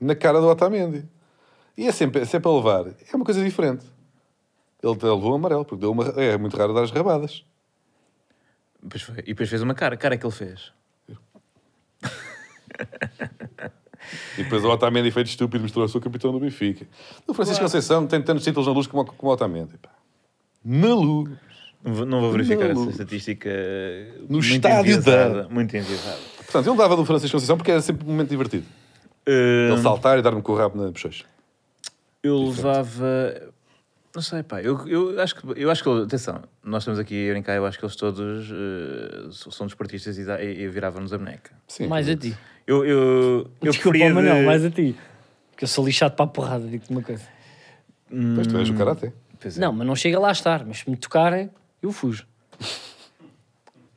na cara do Otamendi. E é sempre, é sempre a levar. É uma coisa diferente. Ele te- levou amarelo, porque deu uma, é muito raro dar as rabadas. Depois foi- E depois fez uma cara. Cara que ele fez. E depois o Otamendi feito estúpido mostrou-se o capitão do Benfica. O Francisco Conceição tem tantos títulos na luz como, como o Otamendi. pá. Na luz. Não vou- Não vou verificar Maluco. essa estatística. No estádio da- Muito enviesada. Portanto, ele dava do Francisco Conceição porque era sempre um momento divertido. Ele Hum, saltar e dar-me com o rabo na bochecha. eu levava. Não sei, pá. Eu, eu acho que. Eu acho que atenção, nós estamos aqui a brincar. Eu acho que eles todos eh, são desportistas e, da- e, e viravam-nos a boneca. Sim, mais a ti. Eu, eu, eu Desculpa, preferia. mas não, de- mais a ti. Porque eu sou lixado para a porrada, digo-te uma coisa. Depois tu és o karate. Pois é. Não, mas não chega lá a estar. Mas se me tocarem, eu fujo.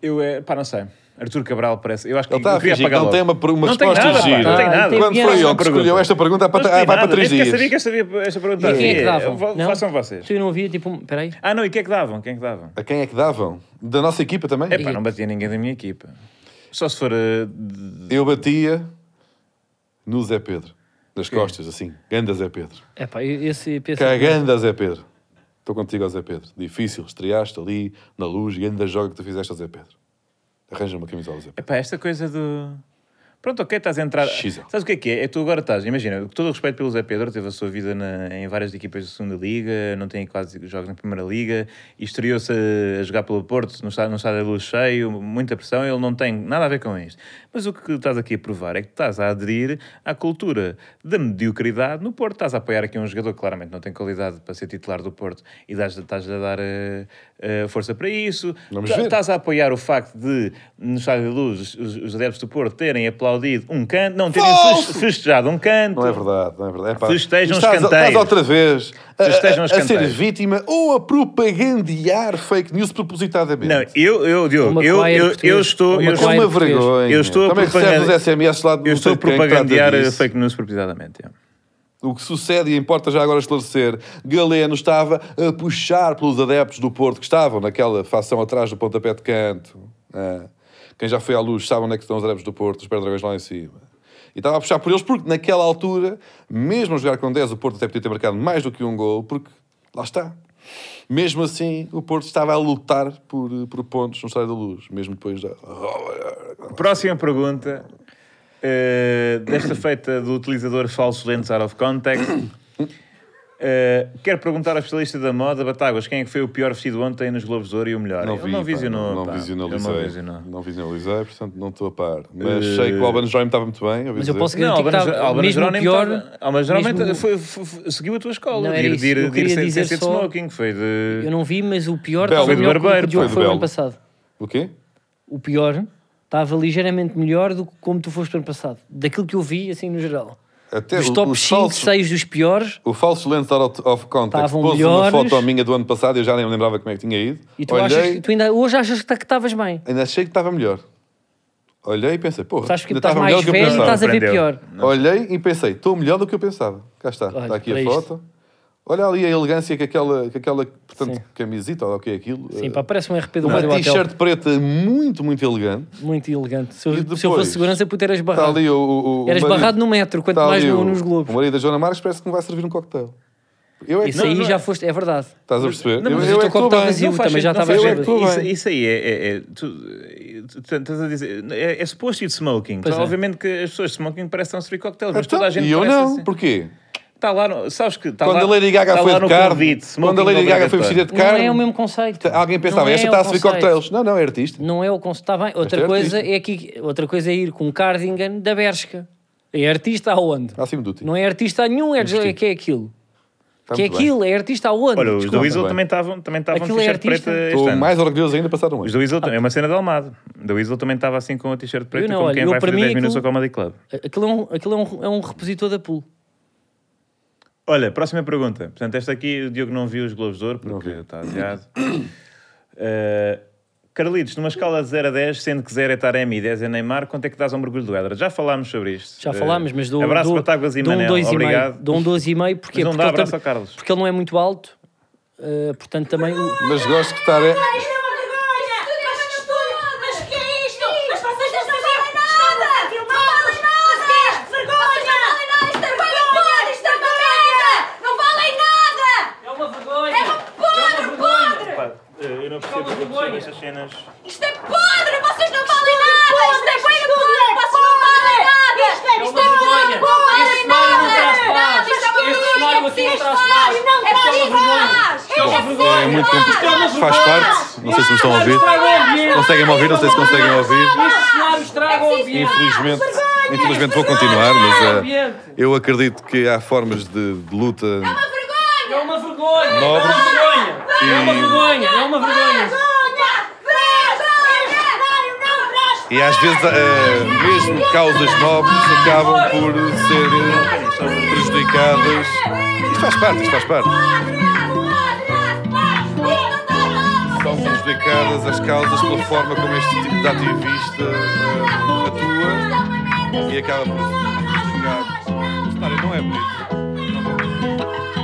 Eu é, pá, não sei. Arthur Cabral parece. Eu acho que Ele está eu a queria fingir que apagar não tem uma, logo. per- uma Não tem resposta nada, pá, gira. não tem nada. Quando foi piada. ele que escolheu esta pergunta, há para- Não sei ah, vai para nada. três Nem sequer dias. sabia que esta, esta pergunta E quem é que havia. davam? Fa- Não? Façam vocês. Tu não havia tipo. um- Peraí. Ah, não, e quem é que davam? Quem é que davam? A quem é que davam? Da nossa equipa também? É pá, não batia ninguém da minha equipa. Só se for. eh, de- Eu batia no Zé Pedro. Nas costas, assim. Ganda Zé Pedro. É pá, eu- esse penso. Caganda Zé Pedro. Estou contigo, ó Zé Pedro. Difícil, estreaste ali, na luz, ganda joga que tu fizeste ao Zé Pedro. Arranja uma camisola, Zé É Pedro. pá, esta coisa do. Pronto, ok, estás a entrar. Xisa. Sabes o que é que é? É tu agora estás. Imagina, com todo o respeito pelo Zé Pedro, teve a sua vida na- em várias equipas da segunda Liga, não tem quase jogos na Primeira Liga, e estreou-se a, a jogar pelo Porto, não está, não está da luz cheio, muita pressão, ele não tem nada a ver com isto. Mas o que estás aqui a provar é que estás a aderir à cultura da mediocridade no Porto. Estás a apoiar aqui um jogador que claramente não tem qualidade para ser titular do Porto e dás- estás a dar eh, eh, força para isso. Vamos Tá- ver. Estás a apoiar o facto de, no Estádio da Luz, os, os- os adeptos do Porto terem aplaudido um canto, não terem Falso! fes- festejado um canto. Não é verdade, não é verdade. É pá, Festejam os estás, canteiros. estás outra vez a, Festejam os a- a ser canteiros. vítima ou a propagandear fake news propositadamente. Não, eu, eu, Diogo, Uma eu, choir eu, eu portuguesa. estou. Uma Eu, É estou- choir uma Claro, português. vergonha. Eu estou a Também propaganda- recebes os SMS lá do é eu estou a propagandear eh, fake fake news propositadamente. é. O que sucede, e importa já agora esclarecer, Galeno estava a puxar pelos adeptos do Porto que estavam naquela facção atrás do pontapé de canto. Ah, Quem já foi à luz sabe onde é que estão os adeptos do Porto, os pé-dragões lá em cima. E estava a puxar por eles porque naquela altura, mesmo a jogar com 10, o Porto até podia ter marcado mais do que um gol, porque lá está. Mesmo assim, o Porto estava a lutar por, eh, por pontos no Estádio da Luz, mesmo depois da... Próxima pergunta. eh, desta feita do utilizador falso lentes out of context. Uh, quero perguntar ao especialista da moda, Batáguas, quem é que foi o pior vestido ontem nos Globos de Ouro e o melhor? Ele não pá, visionou. não, pá. visionalizei. Ele não Não visionou. Eh, visionalizei, portanto não estou a par. Mas sei que o Alban Joime estava muito bem. ouvi Mas eu dizer. posso- Não, Garanti que Albano tava- Albano mesmo Jerónimo pior- tava- Albano Jerónimo mesmo- foi- foi- foi- seguiu a tua escola. Não, era de ir, isso. de ir, Eu de ir queria sem, dizer sem ser de só- smoking. Foi de. Eu não vi, mas o pior Belo. estava Foi do melhor que o barbeiro, que o foi Diogo do foi o ano Belo. passado. O quê? O pior estava ligeiramente melhor do que como tu foste o ano passado. Daquilo que eu vi, assim, no geral. Até Dos o- top os 5, falsos- 6 dos piores, O falso lens out of context Estavam pôs uma melhores. foto minha do ano passado, eu já nem me lembrava como é que tinha ido. e tu, Olhei, achas que, tu ainda hoje achas que tá- que estavas bem. ainda achei que estava melhor. Olhei e pensei, porra, Tu achas que ainda estás estava mais melhor do que eu velho e pensava. estás a ver Aprendeu. pior. Olhei e pensei, estou melhor do que eu pensava. Cá está, Olha, está aqui para a isto. foto. Olha ali a elegância que aquela, que aquela portanto, Sim. camisita, ou o que é aquilo. Sim, eh, pá, parece um RP do uma Mário Hotel. t-shirt preta muito, muito elegante. Muito elegante. Se eu, E se eu depois? fosse segurança, puto, eras Está barrado. Tá ali o. o, o Eras marido- barrado no metro, quanto está mais ali no- o- nos O globos. marido da Joana Marques parece que me vai servir um coquetel. Eu é que Isso Não, aí não já é. foste, é verdade. Estás a perceber? Não, eu, mas eu o é teu que estou copo está bem. tá vazio. Não faz também já sentido, é não estava faz sentido. a ver. isso, isso aí é. é, é tu, tu- tu estás a dizer. É, é suposto ir de smoking. Pois Então, é. Obviamente que as pessoas de smoking parecem um free cocktail, mas Então, toda a gente e eu parece não, assim. porquê? Está lá, no- sabes que está quando lá, a Lady Gaga está foi lá de no carro, convite. quando a smoking Lady Gaga foi obrigatório. vestida de Não carro, é o mesmo conceito. Tá, alguém pensava, Não esta é está o a servir conceito. coquetéis. Não, não, é artista. Não é o conceito. Está bem. Outra é coisa artista. é que outra coisa é ir com um cardigan da Bershka. É artista aonde? Acima do tipo. Não é artista nenhum, é que é aquilo. Está que é muito bem. aquilo, é artista aonde? Tá Olha, os do Desculpa. Weasel bem. também estavam também estavam de Aquilo é t-shirt preta artista. Estou este ano. mais orgulhoso ainda de passar um Os ano. do Weasel, é uma cena de Almado. O do Weasel também estava assim com a t-shirt preta, não, como olha, quem eu vai para fazer mim 10 minutos ao aquilo- Comedy Club. Aquilo, é um, aquilo é, um, é um repositor da pool. Olha, próxima pergunta. Portanto, esta aqui o Diogo não viu os Globos de Ouro porque está adiado. Uh, Carlitos, numa escala de 0 a 10, sendo que 0 é Taremi e 10 é Neymar, quanto é que dás ao mergulho do Edra? Já falámos sobre isto. Já Uh, falámos, mas dou, Abraço dou, para Táguas e dou um Manel. dois e meio. Obrigado. Dou um 2,5 porque, Mas não porque, dá ele abraço tam- ao Carlos. porque ele não é muito alto, eh, portanto também. o- Mas gosto que estar é. Mas que estúdio! Mas que é isto? Mas vocês não sabem nada! Não valem nada! Que vergonha! Não valem nada! é Esta é merda! Não valem nada! É uma vergonha! É uma podre, podre! Pá, uh, eu não percebo porque percebo estas cenas. Isto é podre! Vocês não valem nada! Isto é bem podre! Vocês não valem nada! Isto é podre! Não valem nada! Isto é uma vergonha! É preciso falar! É preciso falar! É preciso falar! É muito complicado. Faz parte. Não sei se me estão a ouvir. Conseguem-me ouvir? Não sei se conseguem ouvir. é Infelizmente, infelizmente vou continuar, mas eh, eu acredito que há formas de, de luta É uma vergonha! nobres e, É uma vergonha! e às vezes, eh, mesmo causas nobres, acabam por serem prejudicadas. Isto faz parte, isto faz parte. São prejudicadas as causas pela forma como este tipo de ativista eh, atua e acaba por prejudicar. Isto, olha, não é bonito. Não é bonito.